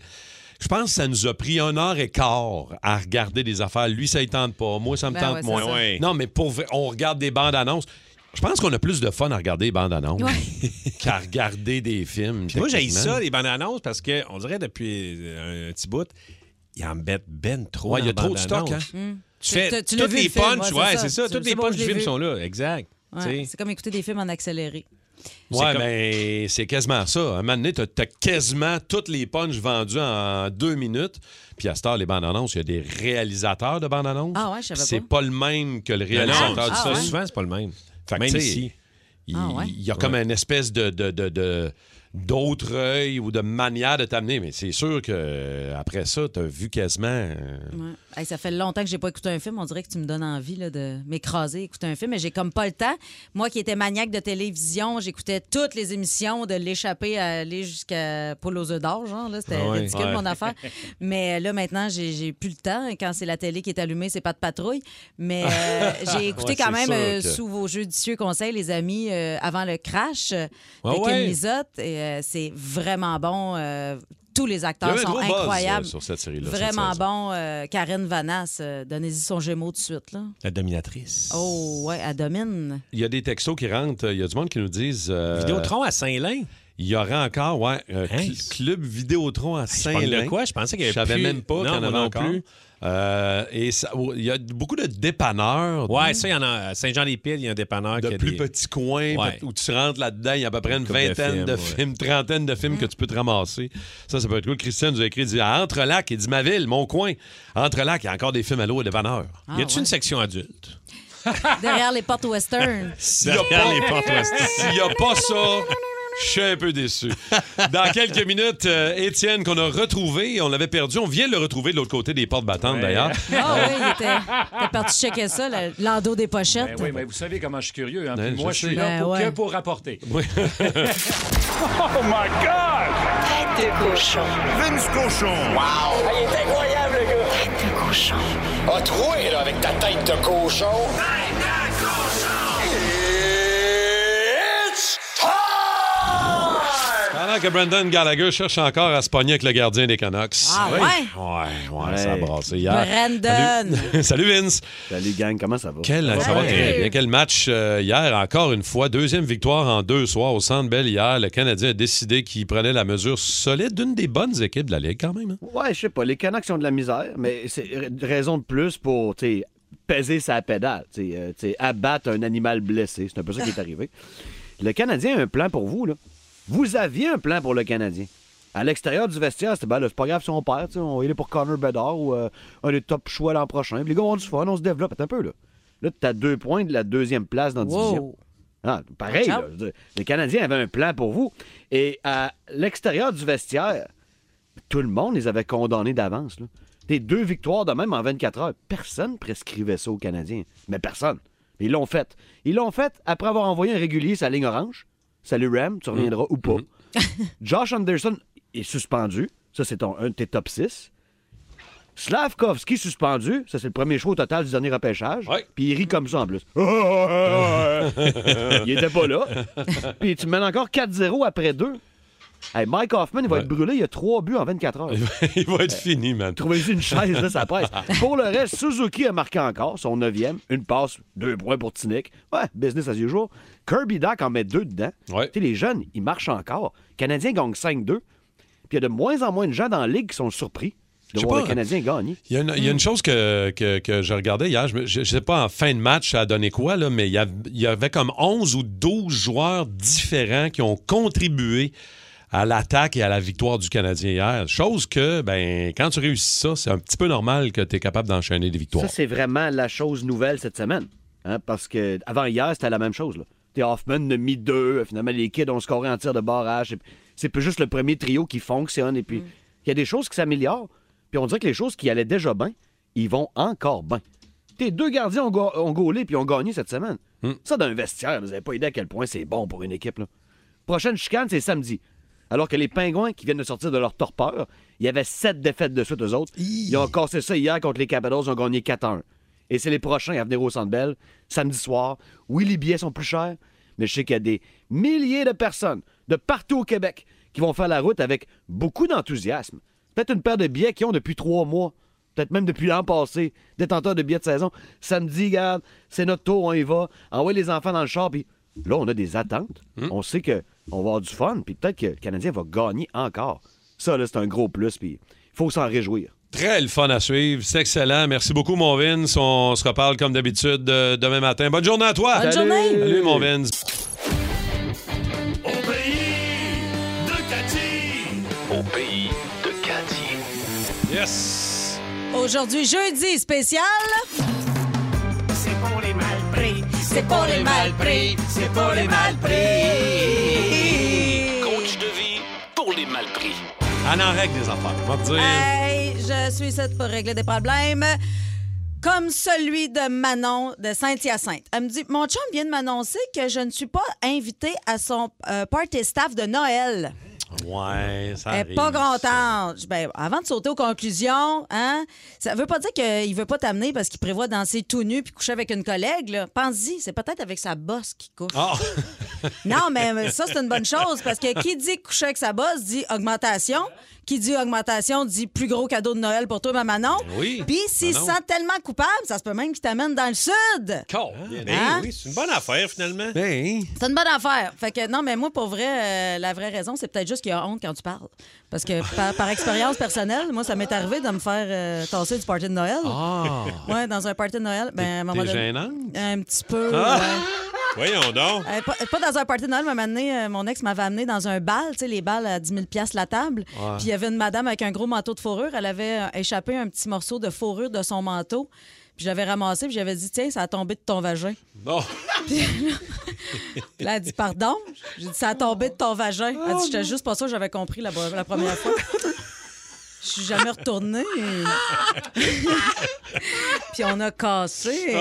Speaker 3: Je pense que ça nous a pris un heure et quart à regarder des affaires. Lui, ça ne tente pas. Moi, ça me
Speaker 4: Ben
Speaker 3: tente
Speaker 4: ouais, c'est
Speaker 3: moins.
Speaker 4: ça.
Speaker 5: Ouais.
Speaker 3: Non, mais pour vrai, on regarde des bandes annonces. Je pense qu'on a plus de fun à regarder des bandes annonces <laughs> qu'à regarder des films.
Speaker 5: Puis moi, j'ai
Speaker 3: techniquement.
Speaker 5: ça, les bandes annonces, parce qu'on dirait depuis euh, un petit bout, ils en mettent ben trop.
Speaker 3: Ouais, il y a
Speaker 5: dans
Speaker 3: trop de
Speaker 5: bandes
Speaker 3: stock, hein?
Speaker 5: annonces.
Speaker 4: Tu-
Speaker 5: Tu fais
Speaker 4: Mm. tu- tu l'as
Speaker 5: toutes
Speaker 4: vu,
Speaker 5: les
Speaker 4: le film,
Speaker 5: punchs,
Speaker 4: ouais, c'est
Speaker 5: ouais,
Speaker 4: ça.
Speaker 5: c'est ça.
Speaker 4: Tu-
Speaker 5: Toutes
Speaker 4: c'est
Speaker 5: les
Speaker 4: bon,
Speaker 5: punchs
Speaker 4: je
Speaker 5: du
Speaker 4: l'ai
Speaker 5: film
Speaker 4: vu.
Speaker 5: sont là, exact.
Speaker 4: Ouais,
Speaker 5: Tu sais.
Speaker 4: c'est comme écouter des films en accéléré.
Speaker 3: Ouais,
Speaker 5: C'est comme-
Speaker 3: mais c'est quasiment ça. À un moment donné, t'as t'as quasiment toutes les punches vendues en deux minutes. Puis à cette heure, les bandes annonces, il y a des réalisateurs de bandes annonces.
Speaker 4: Ah ouais, je savais
Speaker 3: C'est
Speaker 4: pas.
Speaker 3: pas le même que le
Speaker 5: Non, non,
Speaker 3: réalisateur du
Speaker 5: ça,
Speaker 4: Ah, ouais.
Speaker 3: film.
Speaker 5: souvent, c'est pas le même.
Speaker 3: Fait que,
Speaker 5: même
Speaker 3: tu sais,
Speaker 5: ici.
Speaker 3: Il
Speaker 4: Ah ouais?
Speaker 3: il y a comme une espèce de, de, de, de- d'autres œils ou de manières de t'amener. Mais c'est sûr que euh, après ça, t'as vu quasiment. euh,
Speaker 4: Ouais. Hey, ça fait longtemps que j'ai pas écouté un film. On dirait que tu me donnes envie là, de m'écraser, écouter un film, mais j'ai comme pas le temps. Moi qui étais maniaque de télévision, j'écoutais toutes les émissions, de l'échapper à aller jusqu'à Poule aux œufs d'or, genre. là. C'était
Speaker 3: Ah ouais.
Speaker 4: ridicule,
Speaker 3: Ouais.
Speaker 4: mon
Speaker 3: <laughs>
Speaker 4: affaire. Mais euh, là, maintenant, j'ai j'ai plus le temps. Quand c'est la télé qui est allumée, c'est pas de patrouille. Mais
Speaker 3: <laughs>
Speaker 4: euh, j'ai écouté
Speaker 3: Ouais,
Speaker 4: quand même,
Speaker 3: c'est sûr
Speaker 4: euh,
Speaker 3: que-
Speaker 4: sous vos judicieux conseils, les amis, euh, avant le crash euh, de
Speaker 3: Ah ouais.
Speaker 4: Kim Lizotte. Et, euh, c'est vraiment bon. euh, tous les
Speaker 3: Il y
Speaker 4: acteurs
Speaker 3: avait un
Speaker 4: sont
Speaker 3: gros buzz euh,
Speaker 4: incroyables.
Speaker 3: sur cette série-là. cette
Speaker 4: Vraiment
Speaker 3: saison.
Speaker 4: bon, euh, Karen Vanasse. euh, Donnez-y son gémeau tout de suite. Là.
Speaker 5: La dominatrice.
Speaker 4: Oh, ouais, elle domine.
Speaker 3: Il y a des textos qui rentrent. Il y a du monde qui nous disent. euh,
Speaker 5: Vidéotron à Saint-Lin.
Speaker 3: Il y aura encore, ouais, euh,
Speaker 5: Hein?
Speaker 3: cl- Club Vidéotron à
Speaker 5: Je parle de
Speaker 3: Saint-Lin.
Speaker 5: quoi? Je pensais qu'il y
Speaker 3: Je
Speaker 5: avait
Speaker 3: savais
Speaker 5: plus-
Speaker 3: même pas qu'il y
Speaker 5: Non,
Speaker 3: en
Speaker 5: moi
Speaker 3: avait
Speaker 5: non
Speaker 3: encore.
Speaker 5: plus.
Speaker 3: Euh, et ça- ou- il y a beaucoup de dépanneurs.
Speaker 5: Ouais, ça, il y en a. À Saint-Jean-les-Piles, il y a un dépanneur
Speaker 3: De
Speaker 5: qui a
Speaker 3: plus
Speaker 5: des-
Speaker 3: petits coins
Speaker 5: Ouais.
Speaker 3: peut- où tu rentres là-dedans, il y a à peu près une
Speaker 5: Une couple de
Speaker 3: vingtaine
Speaker 5: films,
Speaker 3: de
Speaker 5: ouais.
Speaker 3: films, trentaine de films que tu peux te ramasser. Ça, ça peut être cool. Christian nous a écrit, il dit, à Entrelac, il dit ma ville, mon <laughs> coin. Entrelac, il y a encore des films à l'eau et des vanneurs.
Speaker 4: Ah,
Speaker 5: Y a-tu
Speaker 4: ouais.
Speaker 5: une section adulte?
Speaker 4: Derrière les
Speaker 6: <laughs>
Speaker 4: portes western.
Speaker 3: y a
Speaker 5: Derrière
Speaker 3: pas-
Speaker 5: les portes ouest.
Speaker 3: S'il n'y a pas ça, je suis un peu déçu. Dans quelques minutes, euh, Étienne, qu'on a retrouvé, on l'avait perdu, on vient de le retrouver de l'autre côté des portes battantes d'ailleurs.
Speaker 4: Ah oui, il était, il était parti checker ça, le- l'endos des pochettes.
Speaker 6: Ben oui, mais vous savez comment je suis curieux. hein,
Speaker 3: Ouais,
Speaker 6: puis
Speaker 3: je
Speaker 6: moi, je
Speaker 3: sais.
Speaker 6: suis là
Speaker 4: Ben
Speaker 6: pour, que
Speaker 4: ouais.
Speaker 6: pour rapporter.
Speaker 1: Tête de cochon.
Speaker 9: Vince Cochon.
Speaker 10: Ah, il est incroyable, le gars! Tête de cochon. A troué, Ah, là, avec ta tête de cochon. Tête de cochon! It's time!
Speaker 3: Pendant que Brandon Gallagher cherche encore à se pogner avec le gardien des Canucks.
Speaker 4: Ah
Speaker 3: Oui.
Speaker 4: ouais?
Speaker 3: Ouais, ouais, ça a brassé hier.
Speaker 4: Brandon!
Speaker 3: Salut, <laughs> Salut Vince.
Speaker 9: Salut, gang, comment ça va?
Speaker 3: Quel, ça va
Speaker 4: Ouais.
Speaker 3: très bien. Quel match euh, hier, encore une fois. Deuxième victoire en deux soirs au Centre Bell hier. Le Canadien a décidé qu'il prenait la mesure solide d'une des bonnes équipes de la Ligue quand même. hein.
Speaker 9: Ouais, je sais pas. Les Canucks ont de la misère, mais c'est ra- raison de plus pour, tu sais, peser sa pédale, tu sais, euh, tu sais, abattre un animal blessé. C'est un peu ça qui est arrivé. Le Canadien a un plan pour vous, là. Vous aviez un plan pour le Canadien. À l'extérieur du vestiaire, c'était ben là, c'est pas grave si on perd, tu sais, on il est pour Connor Bedard ou euh, un des top choix l'an prochain. Puis les gars ont du fun, on se développe. Attends un peu, là. Là, t'as deux points de la deuxième place dans la division.
Speaker 4: Wow!
Speaker 9: Ah, pareil,
Speaker 4: Ciao.
Speaker 9: là, je veux dire, les Canadiens avaient un plan pour vous. Et à l'extérieur du vestiaire, tout le monde les avait condamnés d'avance. là. Tes deux victoires de même en 24 heures, personne prescrivait ça aux Canadiens. Mais personne. Ils l'ont fait. Ils l'ont fait après avoir envoyé un régulier sa ligne orange. Salut Rem, tu reviendras ou pas. Josh Anderson est suspendu. Ça, c'est ton, un de tes top 6. Slavkovski suspendu. Ça, c'est le premier choix au total du dernier repêchage.
Speaker 3: Ouais.
Speaker 9: Puis il rit comme ça en plus. <laughs> il était pas
Speaker 3: <laughs>
Speaker 9: là. Puis tu mènes encore 4-0 après 2. Hey, Mike Hoffman, il va être brûlé. Il a 3 buts en 24 heures. <laughs>
Speaker 3: Il va être fini, man.
Speaker 9: Trouvez-y une chaise, là, ça
Speaker 3: <laughs>
Speaker 9: presse. Pour le reste, Suzuki a marqué encore son neuvième. Une passe, deux points pour Tinick. Ouais, business as usual. Kirby Doc en met deux dedans.
Speaker 3: Ouais.
Speaker 9: Tu sais, les jeunes, ils marchent encore. Les Canadiens gagnent 5-2. Puis il y a de moins en moins de gens dans la ligue qui sont surpris de
Speaker 3: Je sais
Speaker 9: voir
Speaker 3: pas.
Speaker 9: le Canadien gagner.
Speaker 3: Il y, a une, il y a une chose que, que- que je regardais hier, je, me- je- je sais pas en fin de match ça a donné quoi, là, mais il y, av- il y avait comme 11 ou 12 joueurs différents qui ont contribué à l'attaque et à la victoire du Canadien hier. Chose que, ben, quand tu réussis ça, c'est un petit peu normal que tu es capable d'enchaîner des victoires.
Speaker 9: Ça, c'est vraiment la chose nouvelle cette semaine. Hein, parce que avant hier, c'était la même chose. Là. T'sais, Hoffman a mis deux. euh, Finalement, les kids ont scoré en tir de barrage. Et puis, C'est plus juste le premier trio qui fonctionne. Et puis, il y a des choses qui s'améliorent. Puis on dirait que les choses qui allaient déjà bien, ils vont encore bien. Tes deux gardiens ont, ga- ont gaulé puis ont gagné cette semaine. Ça, dans un vestiaire, vous n'avez pas idée à quel point c'est bon pour une équipe. Là. Prochaine chicane, c'est samedi. Alors que les Pingouins, qui viennent de sortir de leur torpeur, il y avait sept défaites de suite, eux autres. Ils ont cassé ça hier contre les Capitals, ils ont gagné 4-1. Et c'est les prochains à venir au Centre Bell, samedi soir. Oui, les billets sont plus chers, mais je sais qu'il y a des milliers de personnes de partout au Québec qui vont faire la route avec beaucoup d'enthousiasme. Peut-être une paire de billets qu'ils ont depuis trois mois, peut-être même depuis l'an passé, détenteurs de billets de saison. Samedi, garde, c'est notre tour, on y va. Envoie les enfants dans le char, puis là, on a des attentes. On sait qu'on va avoir du fun, puis peut-être que le Canadien va gagner encore. Ça, là, c'est un gros plus, puis il faut s'en réjouir.
Speaker 3: Très le fun à suivre, c'est excellent. Merci beaucoup, mon Vince. On se reparle comme d'habitude euh, demain matin. Bonne journée à toi.
Speaker 4: Bonne journée!
Speaker 3: Salut, mon Vince.
Speaker 9: Au pays de
Speaker 2: Au pays de Cathy.
Speaker 3: Yes!
Speaker 4: Aujourd'hui, jeudi spécial.
Speaker 10: C'est pour les mal pris,
Speaker 4: C'est pour les mal pris,
Speaker 10: c'est pour les mal pris.
Speaker 2: Coach de vie.
Speaker 3: Elle en règle des affaires. On va te dire.
Speaker 4: Hey, je suis ici pour régler des problèmes. Comme celui de Manon de Saint-Hyacinthe. Elle me dit Mon chum vient de m'annoncer que je ne suis pas invitée à son euh, party staff de Noël.
Speaker 3: Ouais, ça
Speaker 4: Elle est
Speaker 3: arrive.
Speaker 4: pas contente. Je- Ben, avant de sauter aux conclusions, hein, ça veut pas dire qu'il veut pas t'amener parce qu'il prévoit danser tout nu puis coucher avec une collègue. là. Pense-y, c'est peut-être avec sa bosse qu'il couche.
Speaker 3: Ah!
Speaker 4: Non, mais ça, c'est une bonne chose parce que qui dit coucher avec sa bosse dit augmentation. Qui dit augmentation dit plus gros cadeau de Noël pour toi, ma Manon.
Speaker 5: Ben Oui,
Speaker 4: Puis s'il se
Speaker 5: Manon.
Speaker 4: sent tellement coupable, ça se peut même qu'il t'amène dans le sud.
Speaker 5: Cool. Ben
Speaker 4: Hein?
Speaker 5: oui, c'est une bonne affaire, finalement.
Speaker 3: Ben,
Speaker 4: C'est une bonne affaire. Fait que non, mais moi, pour vrai, euh, la vraie raison, c'est peut-être juste qu'il a honte quand tu parles. Parce
Speaker 5: <laughs>
Speaker 4: que par, par expérience personnelle, moi, ça m'est arrivé de me faire euh, tasser du party de Noël.
Speaker 3: Ah!
Speaker 4: Ouais, dans un party de Noël. Ben, à un moment
Speaker 3: T'es
Speaker 4: donné.
Speaker 3: gênante?
Speaker 4: Un petit peu.
Speaker 5: Ah.
Speaker 4: ouais.
Speaker 5: Voyons donc.
Speaker 4: Euh, pas, pas dans un party de Noël, mais un moment donné, euh, mon ex m'avait amené dans un bal, tu sais, les balles à 10 000 la table. Puis il y avait une madame avec un gros manteau de fourrure. Elle avait euh, échappé un petit morceau de fourrure de son manteau. Puis j'avais ramassé, puis j'avais dit, tiens, ça a tombé de ton vagin.
Speaker 3: Non!
Speaker 4: Puis là, elle dit, pardon? J'ai dit, ça a tombé de ton vagin. Elle dit, j'étais juste pas sûre, que j'avais compris la, la première fois. Je suis jamais retournée. Puis on a cassé.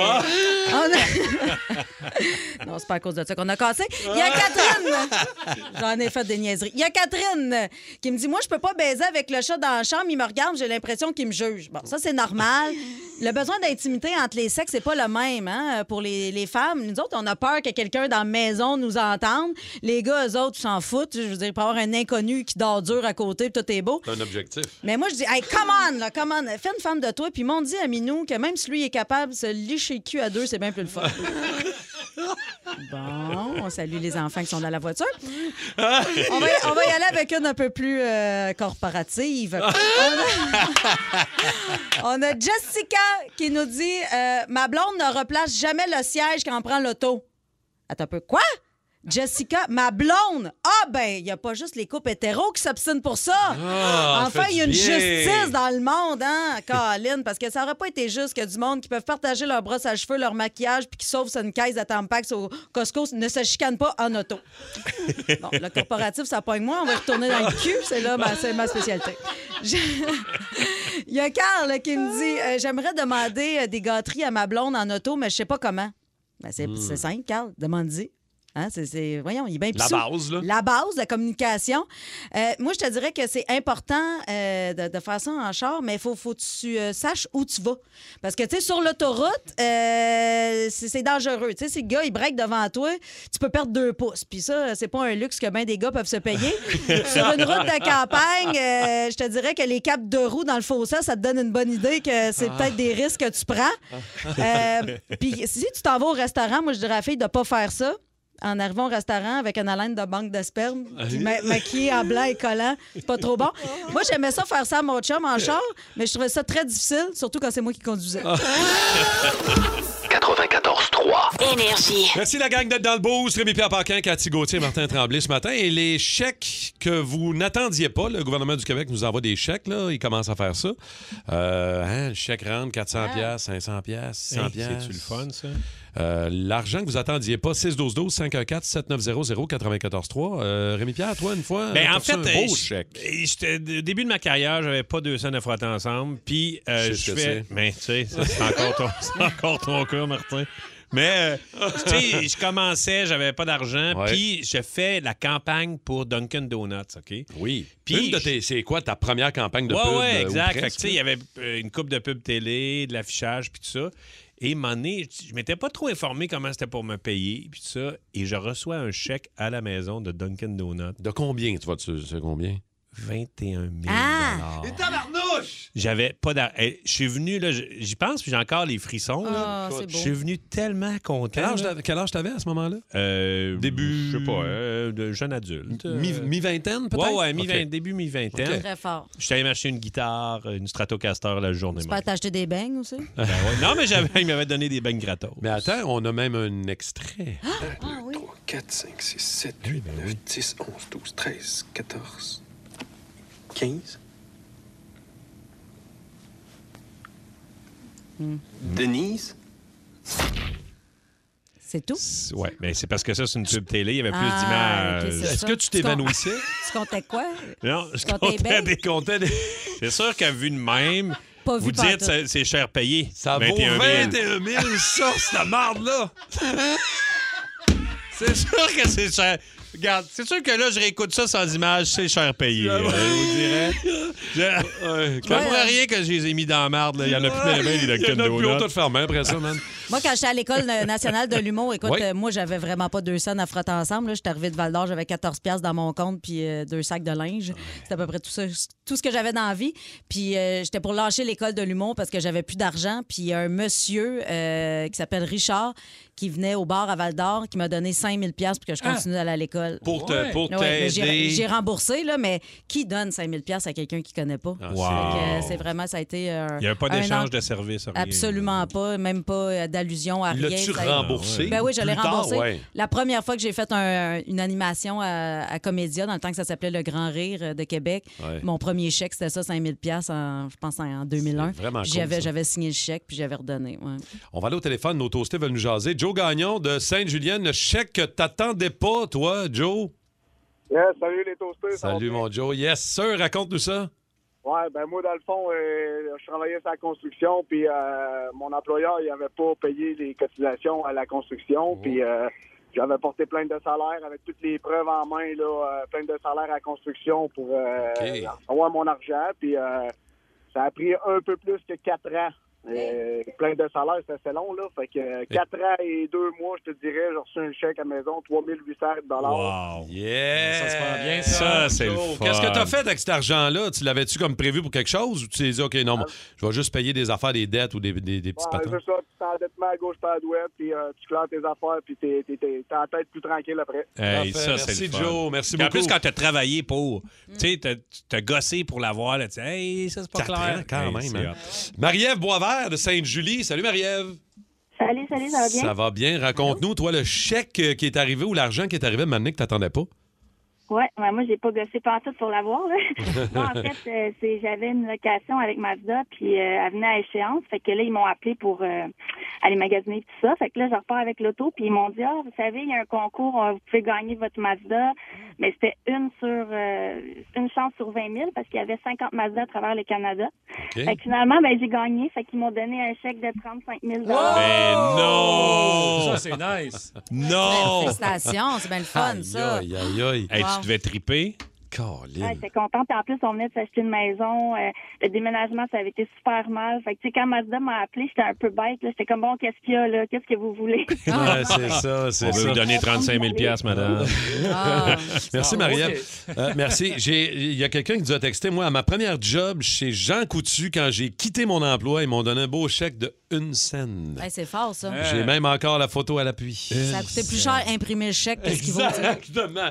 Speaker 4: On a- non, c'est pas à cause de ça qu'on a cassé. Il y a Catherine. J'en ai fait des niaiseries. Il y a Catherine qui me dit Moi, je peux pas baiser avec le chat dans la chambre. Il me regarde, j'ai l'impression qu'il me juge. Bon, ça, c'est normal. Le besoin d'intimité entre les sexes, c'est pas le même. hein, Pour les, les femmes, nous autres, on a peur que quelqu'un dans la maison nous entende. Les gars, eux autres, s'en foutent. Je veux dire, pas avoir un inconnu qui dort dur à côté, puis tout est beau.
Speaker 3: C'est un objectif.
Speaker 4: Mais moi, je dis, hey, come on, là, come on, fais une femme de toi, puis m'on dit à Minou que même si lui est capable de se licher le cul à deux, c'est bien plus le fun. bon, on salue les enfants qui sont dans la voiture. On va, on va y aller avec une un peu plus euh, corporative. On a, on a Jessica qui nous dit euh, Ma blonde ne replace jamais le siège quand on prend l'auto. Attends un peu. Quoi? Jessica, ma blonde! Ah, ben, il n'y a pas juste les couples hétéros qui s'obstinent pour ça!
Speaker 3: Ah,
Speaker 4: enfin,
Speaker 3: fait du
Speaker 4: il y a une
Speaker 3: bien.
Speaker 4: justice dans le monde, hein, Colin? Parce que ça n'aurait pas été juste que du monde qui peuvent partager leur brosse à cheveux, leur maquillage, puis qui sauvent sur une caisse de Tampax au Costco ne se chicanent pas en auto. Bon, le corporatif, ça pogne moi. On va retourner dans le cul. C'est là, ma, c'est ma spécialité. Je- Il y a Carl qui me dit euh, J'aimerais demander euh, des gâteries à ma blonde en auto, mais je sais pas comment. Ben, c'est, c'est simple, Carl. Demande-y. Hein, c'est, c'est- voyons, il est bien
Speaker 3: La
Speaker 4: pissou.
Speaker 3: base, là.
Speaker 4: La base, la communication. Euh, moi, je te dirais que c'est important euh, de, de faire ça en char, mais il faut, faut que tu euh, saches où tu vas. Parce que, tu sais, sur l'autoroute, euh, c'est c'est dangereux. Tu sais, si le gars, il break devant toi, tu peux perdre deux pouces. Puis ça, c'est pas un luxe que bien des gars peuvent se payer. sur une route de campagne, euh, je te dirais que les capes de roues dans le fossé, ça te donne une bonne idée que c'est peut-être des risques que tu prends. Euh, Puis si tu t'en vas au restaurant, moi, je dirais à la fille de pas faire ça en arrivant au restaurant avec une haleine de banque de sperme, puis ma- maquillée en blanc et collant. C'est pas trop bon. <laughs> Moi, j'aimais ça faire ça à mon chum en char, mais je trouvais ça très difficile, surtout quand c'est moi qui conduisais.
Speaker 2: 94-3.
Speaker 1: Énergie.
Speaker 3: Merci la gang d'être dans le boost. Rémi Pierre Paquin, Cathy Gauthier, Martin Tremblay ce matin. Et les chèques que vous n'attendiez pas, le gouvernement du Québec nous envoie des chèques, là. Il commence à faire ça. Euh, hein, le chèque rentre, 400 pièces, 500 pièces, 600 pièces.
Speaker 5: Ah. C'est-tu le fun, ça?
Speaker 3: Euh, L'argent que vous attendiez pas, 612-12-514-7900-943. Euh, Rémi Pierre, toi, une fois,
Speaker 5: Ben,
Speaker 3: t'as
Speaker 5: en
Speaker 3: reçu
Speaker 5: fait,
Speaker 3: un
Speaker 5: euh,
Speaker 3: beau
Speaker 5: je-
Speaker 3: chèque.
Speaker 5: et j'étais- euh, au début de ma carrière, j'avais pas deux scènes à frotter ensemble. Puis euh,
Speaker 3: Je sais ce
Speaker 5: je
Speaker 3: que
Speaker 5: fais.
Speaker 3: c'est.
Speaker 5: Mais tu sais, ça, c'est encore ton, <laughs> c'est encore ton cas, Martin. Mais euh, tu sais, je commençais, j'avais pas d'argent.
Speaker 3: Ouais.
Speaker 5: Puis je fais la campagne pour Dunkin' Donuts, OK?
Speaker 3: Oui.
Speaker 5: Puis-
Speaker 3: une de tes, c'est quoi ta première campagne de
Speaker 5: ouais,
Speaker 3: pub?
Speaker 5: ouais,
Speaker 3: euh, ou
Speaker 5: exact. Fait que,
Speaker 3: presque,
Speaker 5: tu sais, il y avait euh, une coupe de pub télé, de l'affichage, puis tout ça. Et mon nez, je m'étais pas trop informé comment c'était pour me payer, puis tout ça. Et je reçois un chèque à la maison de Dunkin' Donuts,
Speaker 3: De combien, tu vois, tu sais combien?
Speaker 5: 21 000
Speaker 4: Ah!
Speaker 5: J'avais pas d'ar- Eh, Je suis venu, là, j- j'y pense, puis j'ai encore les frissons. là.
Speaker 4: Ah, c'est
Speaker 5: Je suis
Speaker 4: beau.
Speaker 5: venu tellement
Speaker 3: Quel
Speaker 5: content.
Speaker 3: âge,
Speaker 5: là.
Speaker 3: t'avais- quel âge t'avais à ce moment-là?
Speaker 5: Euh,
Speaker 3: Début-
Speaker 5: Je sais pas, euh, de jeune adulte. euh,
Speaker 3: Mi- Mi-vingtaine, peut-être?
Speaker 5: Ouais, ouais, mi
Speaker 3: Ok.
Speaker 5: début mi-vingtaine.
Speaker 3: Ok.
Speaker 4: Très fort.
Speaker 5: Je suis allé m'acheter une guitare, une Stratocaster la journée.
Speaker 4: Tu peux
Speaker 5: même.
Speaker 4: t'acheter des beignes aussi?
Speaker 5: Ben ouais. Non, mais j'avais, il m'avait donné des beignes gratos.
Speaker 3: Mais attends, on a même un extrait.
Speaker 11: 4, 5, 6, 7, 8, 9, 10, 11, 12, 13, 14, 15. Denise?
Speaker 4: C'est tout?
Speaker 5: Oui, mais ben c'est parce que ça, c'est une pub télé, il y avait plus
Speaker 4: Ah, ok,
Speaker 5: d'images.
Speaker 4: c'est ça. com- <laughs> Tu comptais quoi?
Speaker 5: Non, je
Speaker 4: comptais
Speaker 5: comptais
Speaker 4: bien?
Speaker 5: des
Speaker 4: <laughs>
Speaker 5: comptais des- C'est sûr qu'à vue de même,
Speaker 4: Pas vu
Speaker 5: vous
Speaker 4: pantoute.
Speaker 5: dites c'est- c'est cher payé. Ça
Speaker 3: vaut 21 000, ça, c'est la marde-là.
Speaker 5: C'est sûr que c'est cher. Regarde, c'est sûr que là, je réécoute ça sans image, c'est cher payé. euh,
Speaker 3: <laughs>
Speaker 5: je vous dirais. Je je comprends rien que je les ai mis dans la marde. là. Il y en a plus dans les mains, les
Speaker 3: Il y en
Speaker 5: Dunkin'
Speaker 3: a plus, on
Speaker 5: Donuts.
Speaker 3: t'a de faire main après ça, man.
Speaker 4: Moi, quand j'étais à l'École na- nationale de l'humour, écoute,
Speaker 3: Ouais.
Speaker 4: euh, moi, j'avais vraiment pas deux scènes à frotter ensemble. là. J'étais arrivée de Val-d'Or, j'avais 14 piastres dans mon compte puis euh, deux sacs de linge. C'était à peu près tout, ça, tout ce que j'avais dans la vie. Puis euh, j'étais pour lâcher l'École de l'humour parce que j'avais plus d'argent. Puis il y a un monsieur euh, qui s'appelle Richard qui venait au bar à Val-d'Or qui m'a donné 5000 piastres pour que je
Speaker 3: Ah!
Speaker 4: continue à aller à l'école.
Speaker 3: Pour te- Ouais. pour
Speaker 4: mais j'ai-
Speaker 3: t'aider.
Speaker 4: J'ai remboursé, là, mais qui donne 5000 piastres à quelqu'un qui connaît pas?
Speaker 5: wow.
Speaker 4: Fait que, euh, C'est vraiment, ça a été euh,
Speaker 5: Il y avait pas
Speaker 4: un
Speaker 5: d'échange
Speaker 4: an-
Speaker 5: de service, rien.
Speaker 4: Absolument pas, même pas euh, d'allusion à rien.
Speaker 5: L'as-tu
Speaker 4: ça a été-
Speaker 5: remboursé
Speaker 4: Ben oui, je l'ai
Speaker 5: plus tard?
Speaker 4: remboursé.
Speaker 5: Ouais.
Speaker 4: La première fois que j'ai fait un- un- une animation à, à Comédia, dans le temps que ça s'appelait Le Grand Rire euh, de Québec,
Speaker 3: Ouais.
Speaker 4: mon premier chèque, c'était ça, 5000 pièces en, je pense, en 2001.
Speaker 3: C'est vraiment
Speaker 4: Puis
Speaker 3: cool,
Speaker 4: j'avais-
Speaker 3: ça.
Speaker 4: J'avais signé le chèque, puis j'avais redonné. ouais.
Speaker 3: On va aller au téléphone, nos toastés veulent nous jaser. Joe Gagnon de Sainte-Julienne, le chèque que t'attendais pas, toi, Joe.
Speaker 12: Yeah, Eh, salut les toastés. ça va
Speaker 3: Salut, mon Joe. Yes, sir, raconte-nous ça.
Speaker 12: Ouais, ben moi, dans le fond, euh, je travaillais sur la construction, puis euh, mon employeur, il avait pas payé les cotisations à la
Speaker 5: Oh.
Speaker 12: construction, puis euh, j'avais porté plein de salaires avec toutes les preuves en main, là, euh, plein de salaires à la construction pour euh, avoir mon argent, puis euh, ça a pris un peu plus que quatre ans. Euh, plein de salaires, ça, c'est long, là. Fait que euh, quatre ans et deux mois, je te dirais, j'ai reçu un chèque à la maison, 3800
Speaker 5: Wow.
Speaker 3: Yeah. Ça se prend bien,
Speaker 5: ça. Ça, c'est le fun.
Speaker 3: Qu'est-ce que t'as fait avec cet argent-là? Tu l'avais-tu comme prévu pour quelque chose ou tu t'es dit, OK, non, moi, je vais juste payer des affaires, des dettes ou des, des, des petites
Speaker 12: Ouais,
Speaker 3: patentes?
Speaker 12: c'est ça, tu t'endettement à gauche, pas à droite, puis euh, tu claires tes affaires, puis t'es, t'es, t'es, t'as la tête plus tranquille après.
Speaker 5: Hey, ça,
Speaker 3: Parfait.
Speaker 5: c'est le
Speaker 3: Merci,
Speaker 5: fun.
Speaker 3: Joe. Merci
Speaker 5: Puis En
Speaker 3: beaucoup.
Speaker 5: plus, quand t'as travaillé pour,
Speaker 4: Mm.
Speaker 5: tu sais, t'as- tu t'as gossé pour l'avoir, là, tu sais, hey, ça, c'est pas
Speaker 3: Quatre
Speaker 5: clair.
Speaker 3: ans, quand
Speaker 5: Hey,
Speaker 3: même.
Speaker 5: c'est
Speaker 3: hein. Marie-Ève Boisvert de Sainte-Julie. Salut, Marie-Ève.
Speaker 13: Salut, salut, ça va bien?
Speaker 3: Ça va bien. Raconte-nous, toi, le chèque euh, qui est arrivé ou l'argent qui est arrivé de m'amener que t'attendais pas.
Speaker 13: Ouais, ouais, moi, j'ai pas gossé pantoute pour l'avoir. là. Moi, en fait, euh, c'est j'avais une location avec Mazda, puis euh, elle venait à échéance. Fait que là, ils m'ont appelé pour euh, aller magasiner et tout ça. Fait que là, je repars avec l'auto, puis ils m'ont dit, ah, vous savez, il y a un concours, euh, vous pouvez gagner votre Mazda. Mais c'était une sur euh, une chance sur 20 000 parce qu'il y avait 50 Mazda à travers le Canada.
Speaker 5: OK.
Speaker 13: Fait que finalement, ben, j'ai gagné. Fait qu'ils m'ont donné un chèque de 35 000
Speaker 5: Mais Ben,
Speaker 6: Oh!
Speaker 5: non! Oh!
Speaker 3: Oh!
Speaker 6: Ça, c'est
Speaker 5: nice. Non!
Speaker 4: Félicitations, c'est bien le fun, ça.
Speaker 3: Aïe, aïe, aïe.
Speaker 5: Hey,
Speaker 4: Wow.
Speaker 5: tu devais triper.
Speaker 13: Ouais, j'étais contente. En plus, on venait de s'acheter une maison. Euh, le déménagement, ça avait été super mal. Fait que, tu sais, quand Mazda m'a appelé, j'étais un peu bête. là. J'étais comme, bon, qu'est-ce qu'il y a, là? Qu'est-ce que vous
Speaker 3: <laughs>
Speaker 13: voulez?
Speaker 5: Ouais, c'est ça, c'est
Speaker 3: On veut
Speaker 5: ça.
Speaker 3: vous donner
Speaker 5: 35 000 madame. <laughs>
Speaker 3: Ah. merci,
Speaker 5: Ah,
Speaker 3: Marie-Ève.
Speaker 5: ok.
Speaker 3: Euh, merci. J'ai- Il y a quelqu'un qui nous a texté. Moi, à ma première job chez Jean Coutu, quand j'ai quitté mon emploi, ils m'ont donné un beau chèque de une scène.
Speaker 4: Hey, c'est fort, ça.
Speaker 3: J'ai même encore la photo à l'appui.
Speaker 4: Ça a coûté plus cher imprimer le chèque que ce qu'il vaut. tu sais.
Speaker 3: Exactement.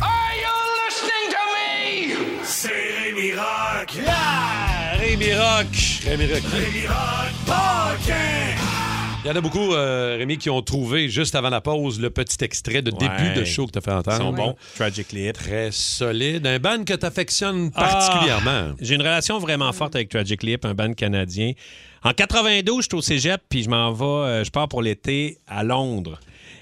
Speaker 10: Are you listening to me? C'est Rémi Rock. Yeah!
Speaker 3: Rémi
Speaker 5: Ah,
Speaker 3: Rock. Rémi Rock.
Speaker 10: Rémi Rock Parkin.
Speaker 3: Il y en a beaucoup, euh, Rémi, qui ont trouvé juste avant la pause le petit extrait de début de show que tu as fait entendre.
Speaker 5: Ils sont bons.
Speaker 3: Tragically Très solide. Un band que tu affectionnes particulièrement.
Speaker 5: Ah, j'ai une relation vraiment forte avec Tragic Lip, un band canadien. En 92, je suis au cégep, puis je m'en vais, euh, je pars pour l'été à Londres.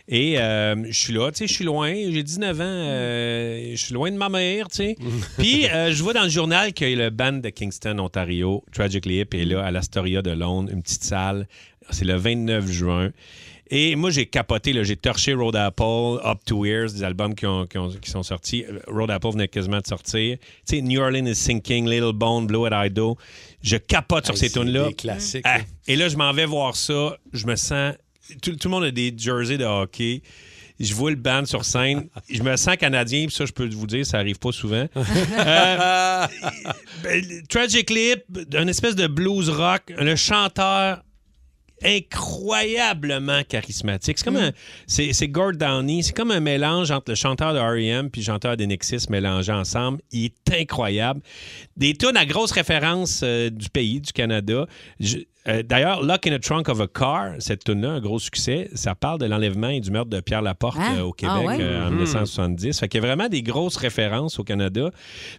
Speaker 5: Et euh, je suis là, tu sais, je suis loin, j'ai 19 ans, euh, je suis loin de ma mère, tu <laughs> sais. Puis euh, je vois dans le journal que le band de Kingston, Ontario, Tragic Lip, est là à l'Astoria de Londres, une petite salle. C'est le 29 juin. Et moi, j'ai capoté, là. j'ai torché Road Apple, Up to Ears, des albums qui, ont- qui ont- qui sont sortis. Euh, Road Apple venait quasiment de sortir. Tu sais, New Orleans is Sinking, Little Bone, Blow at Ido. Je capote sur
Speaker 3: Hey,
Speaker 5: ces
Speaker 3: c'est
Speaker 5: tunes-là.
Speaker 3: des classiques,
Speaker 5: Ah,
Speaker 3: là.
Speaker 5: et là, je m'en vais voir ça. Je me sens. Tout, tout le monde a des jerseys de hockey. Je vois le band sur scène. Je me sens canadien, puis ça, je peux vous dire, ça arrive pas
Speaker 3: <laughs>
Speaker 5: souvent. Euh, ben, Tragic Lip, une espèce de blues rock. Le chanteur incroyablement charismatique. C'est
Speaker 3: Mm.
Speaker 5: comme un. C'est c'est Gord Downey. C'est comme un mélange entre le chanteur de R.E.M. puis le chanteur d'Enexis mélangés ensemble. Il est incroyable. Des tunes à grosse référence euh, du pays, du Canada. Je- euh, D'ailleurs, Lock in the Trunk of a Car, cette tune-là, un gros succès, ça parle de l'enlèvement et du meurtre de Pierre Laporte
Speaker 3: Hein?
Speaker 5: euh, au Québec
Speaker 3: Ah ouais?
Speaker 5: euh, en
Speaker 3: Mhm.
Speaker 5: 1970. Fait qu'il y a vraiment des grosses références au Canada.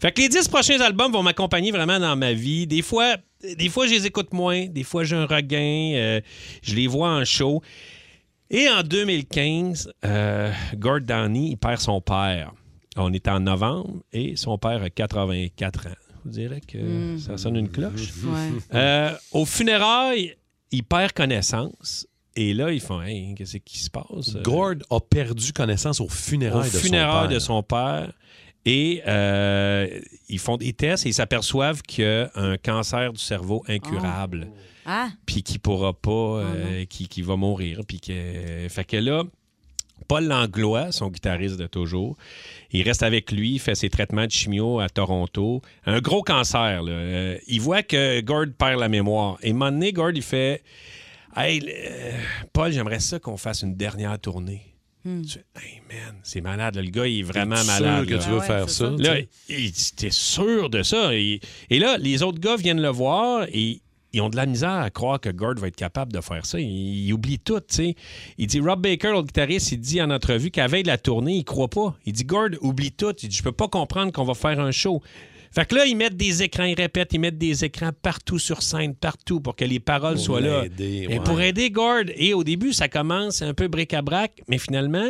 Speaker 5: Fait que les 10 prochains albums vont m'accompagner vraiment dans ma vie. Des fois, des fois, je les écoute moins. Des fois, j'ai un regain. euh, je les vois en show. Et en 2015, euh, Gord Downey, il perd son père. On est en novembre et son père a 84 ans. Vous direz que
Speaker 3: Mm.
Speaker 5: ça sonne une cloche.
Speaker 4: Mhm.
Speaker 3: Ouais.
Speaker 5: Euh, au funérailles, il perd connaissance. Et là, ils font Hey, qu'est-ce qui se passe?
Speaker 3: Gord a perdu connaissance au funérail
Speaker 5: Au
Speaker 3: de son
Speaker 5: funérailles
Speaker 3: père.
Speaker 5: de son père. Et euh, ils font des tests et ils s'aperçoivent qu'il y a un cancer du cerveau incurable.
Speaker 4: Ah!
Speaker 5: Puis qui pourra pas,
Speaker 3: Oh
Speaker 5: euh, qui, qui va mourir. Puis que, fait que là, Paul Langlois, son guitariste de toujours, il reste avec lui, il fait ses traitements de chimio à Toronto. Un gros cancer, là. Euh, il voit que Gord perd la mémoire. Et à un moment donné, Gord, il fait Hey, euh, Paul, j'aimerais ça qu'on fasse une dernière tournée. Tu- hey, man, c'est malade. là. Le gars, il est vraiment
Speaker 3: T'es-tu
Speaker 5: malade.
Speaker 3: Hmm. sûr que
Speaker 5: là.
Speaker 3: tu veux Ah ouais, faire c'est ça, ça?
Speaker 5: Là,
Speaker 3: tu sais?
Speaker 5: il dit, t'es sûr de ça? Et, et là, les autres gars viennent le voir et ils ont de la misère à croire que Gord va être capable de faire ça. Il, il oublie tout, tu sais. Il dit, Rob Baker, le guitariste, il dit en entrevue qu'à veille de la tournée, il croit pas. Il dit, Gord, oublie tout. Il dit, je peux pas comprendre qu'on va faire un show. Fait que là, ils mettent des écrans, ils répètent, ils mettent des écrans partout sur scène, partout, pour que les paroles
Speaker 3: Pour
Speaker 5: soient là.
Speaker 3: l'aider,
Speaker 5: Mais
Speaker 3: ouais.
Speaker 5: pour aider Gord. Et au début, ça commence un peu bric-à-brac, mais finalement,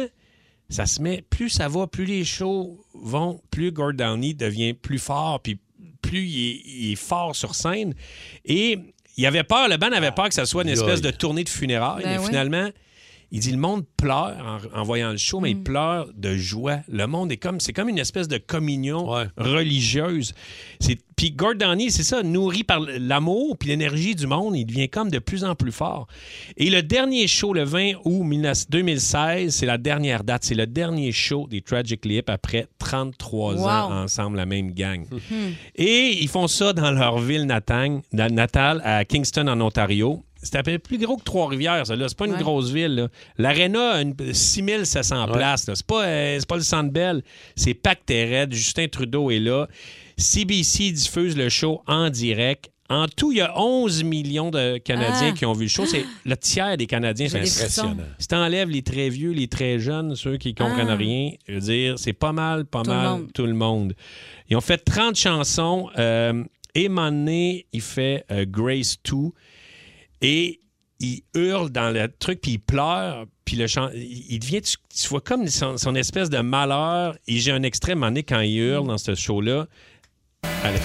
Speaker 5: ça se met. Plus ça va, plus les shows vont, plus Gord Downey devient plus fort, puis plus il est, il est fort sur scène. Et il avait peur, le band avait peur que ça soit une
Speaker 3: Ah, Aïe.
Speaker 5: espèce de tournée de funérailles,
Speaker 3: Ben
Speaker 5: mais
Speaker 3: oui.
Speaker 5: finalement. Il dit le monde pleure en, en voyant le show, mais il pleure de joie. Le monde est comme c'est comme une espèce de communion religieuse. C'est puis Gord Downey, c'est ça, nourri par l'amour puis l'énergie du monde, il devient comme de plus en plus fort. Et le dernier show le 20 août 19- 2016, c'est la dernière date, c'est le dernier show des Tragic Hip après 33 ans
Speaker 3: Wow. Hmm.
Speaker 5: ensemble la même gang. Et ils font ça dans leur ville natale, na- natale à Kingston, en Ontario. C'est à peu près plus gros que Trois-Rivières, ça. là. C'est pas une
Speaker 3: Ouais.
Speaker 5: grosse ville. là. L'Arena a une 6700 places. là. C'est pas, euh, c'est pas le Centre Bell. C'est pacté raide. Justin Trudeau est là. CBC diffuse le show en direct. En tout, il y a 11 millions de Canadiens
Speaker 3: Ah.
Speaker 5: qui ont vu le show. C'est le tiers des Canadiens.
Speaker 3: J'ai
Speaker 5: C'est
Speaker 3: des frissons.
Speaker 5: impressionnant. Si t'enlèves les très vieux, les très jeunes, ceux qui comprennent
Speaker 3: Ah.
Speaker 5: rien, je veux dire, c'est pas mal, pas
Speaker 3: Tout le
Speaker 5: mal,
Speaker 3: monde.
Speaker 5: tout le monde. Ils ont fait 30 chansons. euh, et à un moment donné, il fait euh, Grace 2. Et il hurle dans le truc, puis il pleure. Puis le chan- il il devient, tu, tu vois comme son, son espèce de malheur. Et j'ai un extrait, à un moment donné, quand il hurle dans ce show-là. Allez.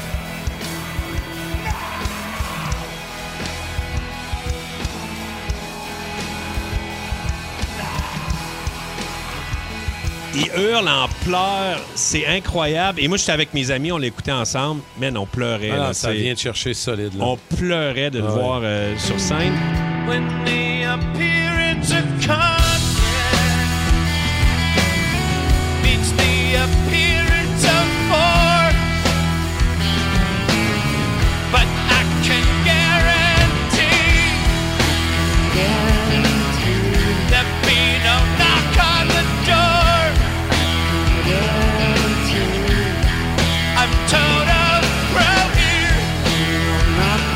Speaker 5: Il hurle en pleurs, c'est incroyable. Et moi, j'étais avec mes amis, on l'écoutait ensemble. Man, on pleurait.
Speaker 3: Ah,
Speaker 5: là,
Speaker 3: ça
Speaker 5: c'est-
Speaker 3: vient de chercher solide. Là.
Speaker 5: on pleurait de le
Speaker 3: Ah ouais.
Speaker 5: voir euh, sur scène.
Speaker 10: When the appearance of Kanye meets the appearance of Ford, but I can guarantee there'll be no knock on the door. I'm total pro here. That's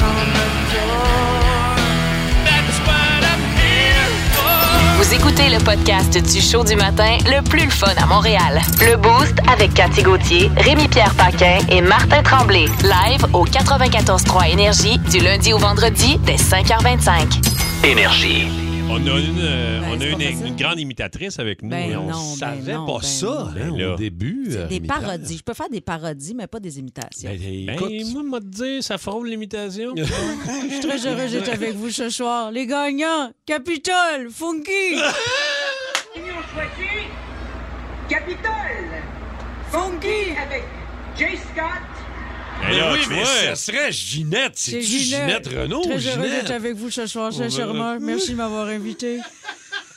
Speaker 10: what I'm here for.
Speaker 1: Vous écoutez le podcast du show du matin le plus le fun à Montréal. Le Boost avec Cathy Gauthier, Rémi-Pierre Paquin et Martin Tremblay. Live au 94.3 Énergie du lundi au vendredi dès 5h25.
Speaker 5: Énergie. On a une, euh, on a une, une grande imitatrice avec nous.
Speaker 4: Ben
Speaker 5: et on
Speaker 4: non, ben
Speaker 5: savait
Speaker 4: non,
Speaker 5: pas
Speaker 4: ben
Speaker 5: ça
Speaker 4: non.
Speaker 5: hein, au début.
Speaker 3: euh,
Speaker 4: Des parodies. Je peux faire des parodies, mais pas des
Speaker 3: Ben,
Speaker 4: imitations.
Speaker 5: Ben, moi, m'a dit, ça fraude <laughs> l'imitation.
Speaker 4: Je suis très heureux d'être avec vous ce soir. Les gagnants, Capitole, Funky.
Speaker 5: Oh,
Speaker 14: choisit Capitole. Funky avec Jay Scott.
Speaker 3: Mais
Speaker 5: là,
Speaker 3: oui,
Speaker 5: tu
Speaker 3: mais
Speaker 5: vois.
Speaker 3: ça serait Ginette. C'est Ginette. Renaud.
Speaker 4: Très heureux
Speaker 3: Ginette.
Speaker 4: d'être avec vous ce soir, sincèrement.
Speaker 3: Mmh.
Speaker 4: Merci de m'avoir invité.
Speaker 5: Oh,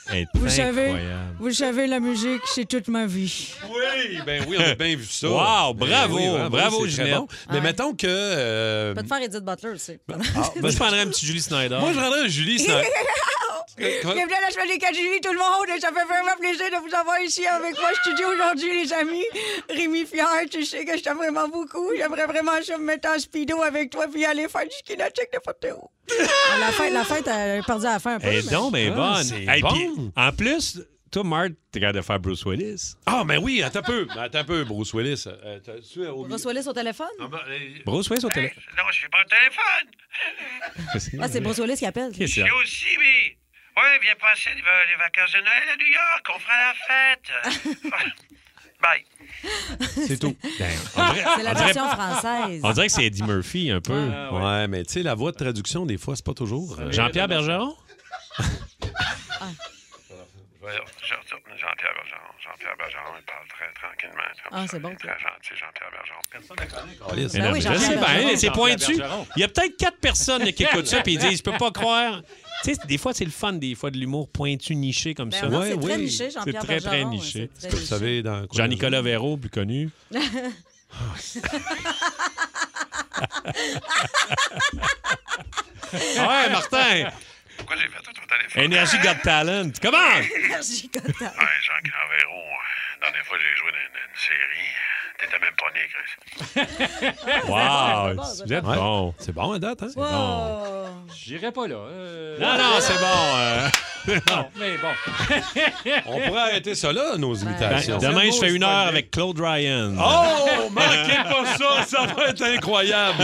Speaker 5: ben, Elle est
Speaker 4: Vous savez,
Speaker 5: incroyable.
Speaker 4: vous savez, la musique, c'est toute ma vie.
Speaker 3: Oui, ben oui, on a bien vu ça.
Speaker 5: Wow,
Speaker 3: Ben
Speaker 5: bravo,
Speaker 3: oui, vraiment,
Speaker 5: bravo,
Speaker 3: c'est très
Speaker 5: Ginette.
Speaker 3: bon. Mais mettons que. euh, Ah,
Speaker 4: Pas de faire Edith Butler, tu sais.
Speaker 5: Moi, je prendrais un petit Julie Snyder.
Speaker 3: Moi, je rendrais un Julie Snyder.
Speaker 4: Bienvenue à la semaine des 4 juillet, tout le monde. Ça fait vraiment plaisir de vous avoir ici avec moi au studio aujourd'hui, les amis. Rémi Fier, tu sais que je t'aime vraiment beaucoup. J'aimerais vraiment ça me mettre en speedo avec toi puis aller faire du ski nautique de photo. La fête, la fête, elle a perdu à la fin un
Speaker 5: Elle est donc, mais
Speaker 4: Ah,
Speaker 5: bonne.
Speaker 4: c'est
Speaker 5: Hey,
Speaker 4: bon.
Speaker 5: puis, en plus, toi, Marthe, t'es capable de faire Bruce Willis.
Speaker 3: Ah, mais oui, attends un peu. Attends un peu, Bruce Willis. Euh, t'as- tu es au milieu.
Speaker 4: Willis au téléphone?
Speaker 5: Bruce Willis au télé.
Speaker 10: Non, je suis pas au téléphone.
Speaker 4: Ah, c'est Bruce Willis qui appelle.
Speaker 5: Qu'est-ce que c'est?
Speaker 10: J'ai aussi mis
Speaker 15: Oui, viens passer les, va- les vacances de Noël à New York. On fera la fête. Bye.
Speaker 3: C'est tout.
Speaker 4: C'est la version française.
Speaker 5: On dirait que c'est Eddie Murphy un peu. Euh,
Speaker 3: Ouais, mais tu sais, la voix de traduction, des fois, c'est pas toujours. euh,
Speaker 5: Jean-Pierre Bergeron?
Speaker 15: Voyons, je retourne. Jean-Pierre Bergeron. Jean-Pierre Bergeron, il Ah parle très tranquillement.
Speaker 4: Ah, c'est bon,
Speaker 15: Très gentil, Jean-Pierre Bergeron. Personne n'a
Speaker 5: Ben
Speaker 15: connu.
Speaker 5: non, mais je sais bien, c'est pointu. Il y a peut-être quatre personnes qui écoutent ça et ils disent Je peux pas croire. Tu sais, des fois, c'est le fun, des fois, de l'humour pointu, niché comme
Speaker 4: Ben
Speaker 5: ça.
Speaker 4: non, c'est Ouais, très oui. niché, Jean-Pierre
Speaker 5: C'est très, très
Speaker 4: Bergeron, hein,
Speaker 5: niché.
Speaker 4: c'est très Vous niché. savez
Speaker 3: dans quoi-
Speaker 5: Jean-Nicolas Véraud, plus connu. Ah ouais, Martin.
Speaker 15: Pourquoi j'ai fait tout ton téléphone?
Speaker 5: Énergie Got Talent. Comment?
Speaker 4: Énergie Got Talent.
Speaker 15: Ouais, Jean-Pierre Véron. hein. La dernière fois, j'ai joué dans une, une série. T'étais même pas né, Chris.
Speaker 5: Wow,
Speaker 15: c'est
Speaker 5: vous êtes
Speaker 15: bon.
Speaker 5: bon.
Speaker 3: C'est bon à date, hein?
Speaker 5: C'est bon.
Speaker 6: J'irai pas là. euh.
Speaker 5: Non, non, c'est bon. euh.
Speaker 6: Non, mais bon.
Speaker 3: On pourrait arrêter ça là, nos imitations.
Speaker 5: Ben, demain, je fais une heure avec Claude Ryan.
Speaker 3: Oh, manquez
Speaker 5: <laughs>
Speaker 3: pas ça, ça va être incroyable.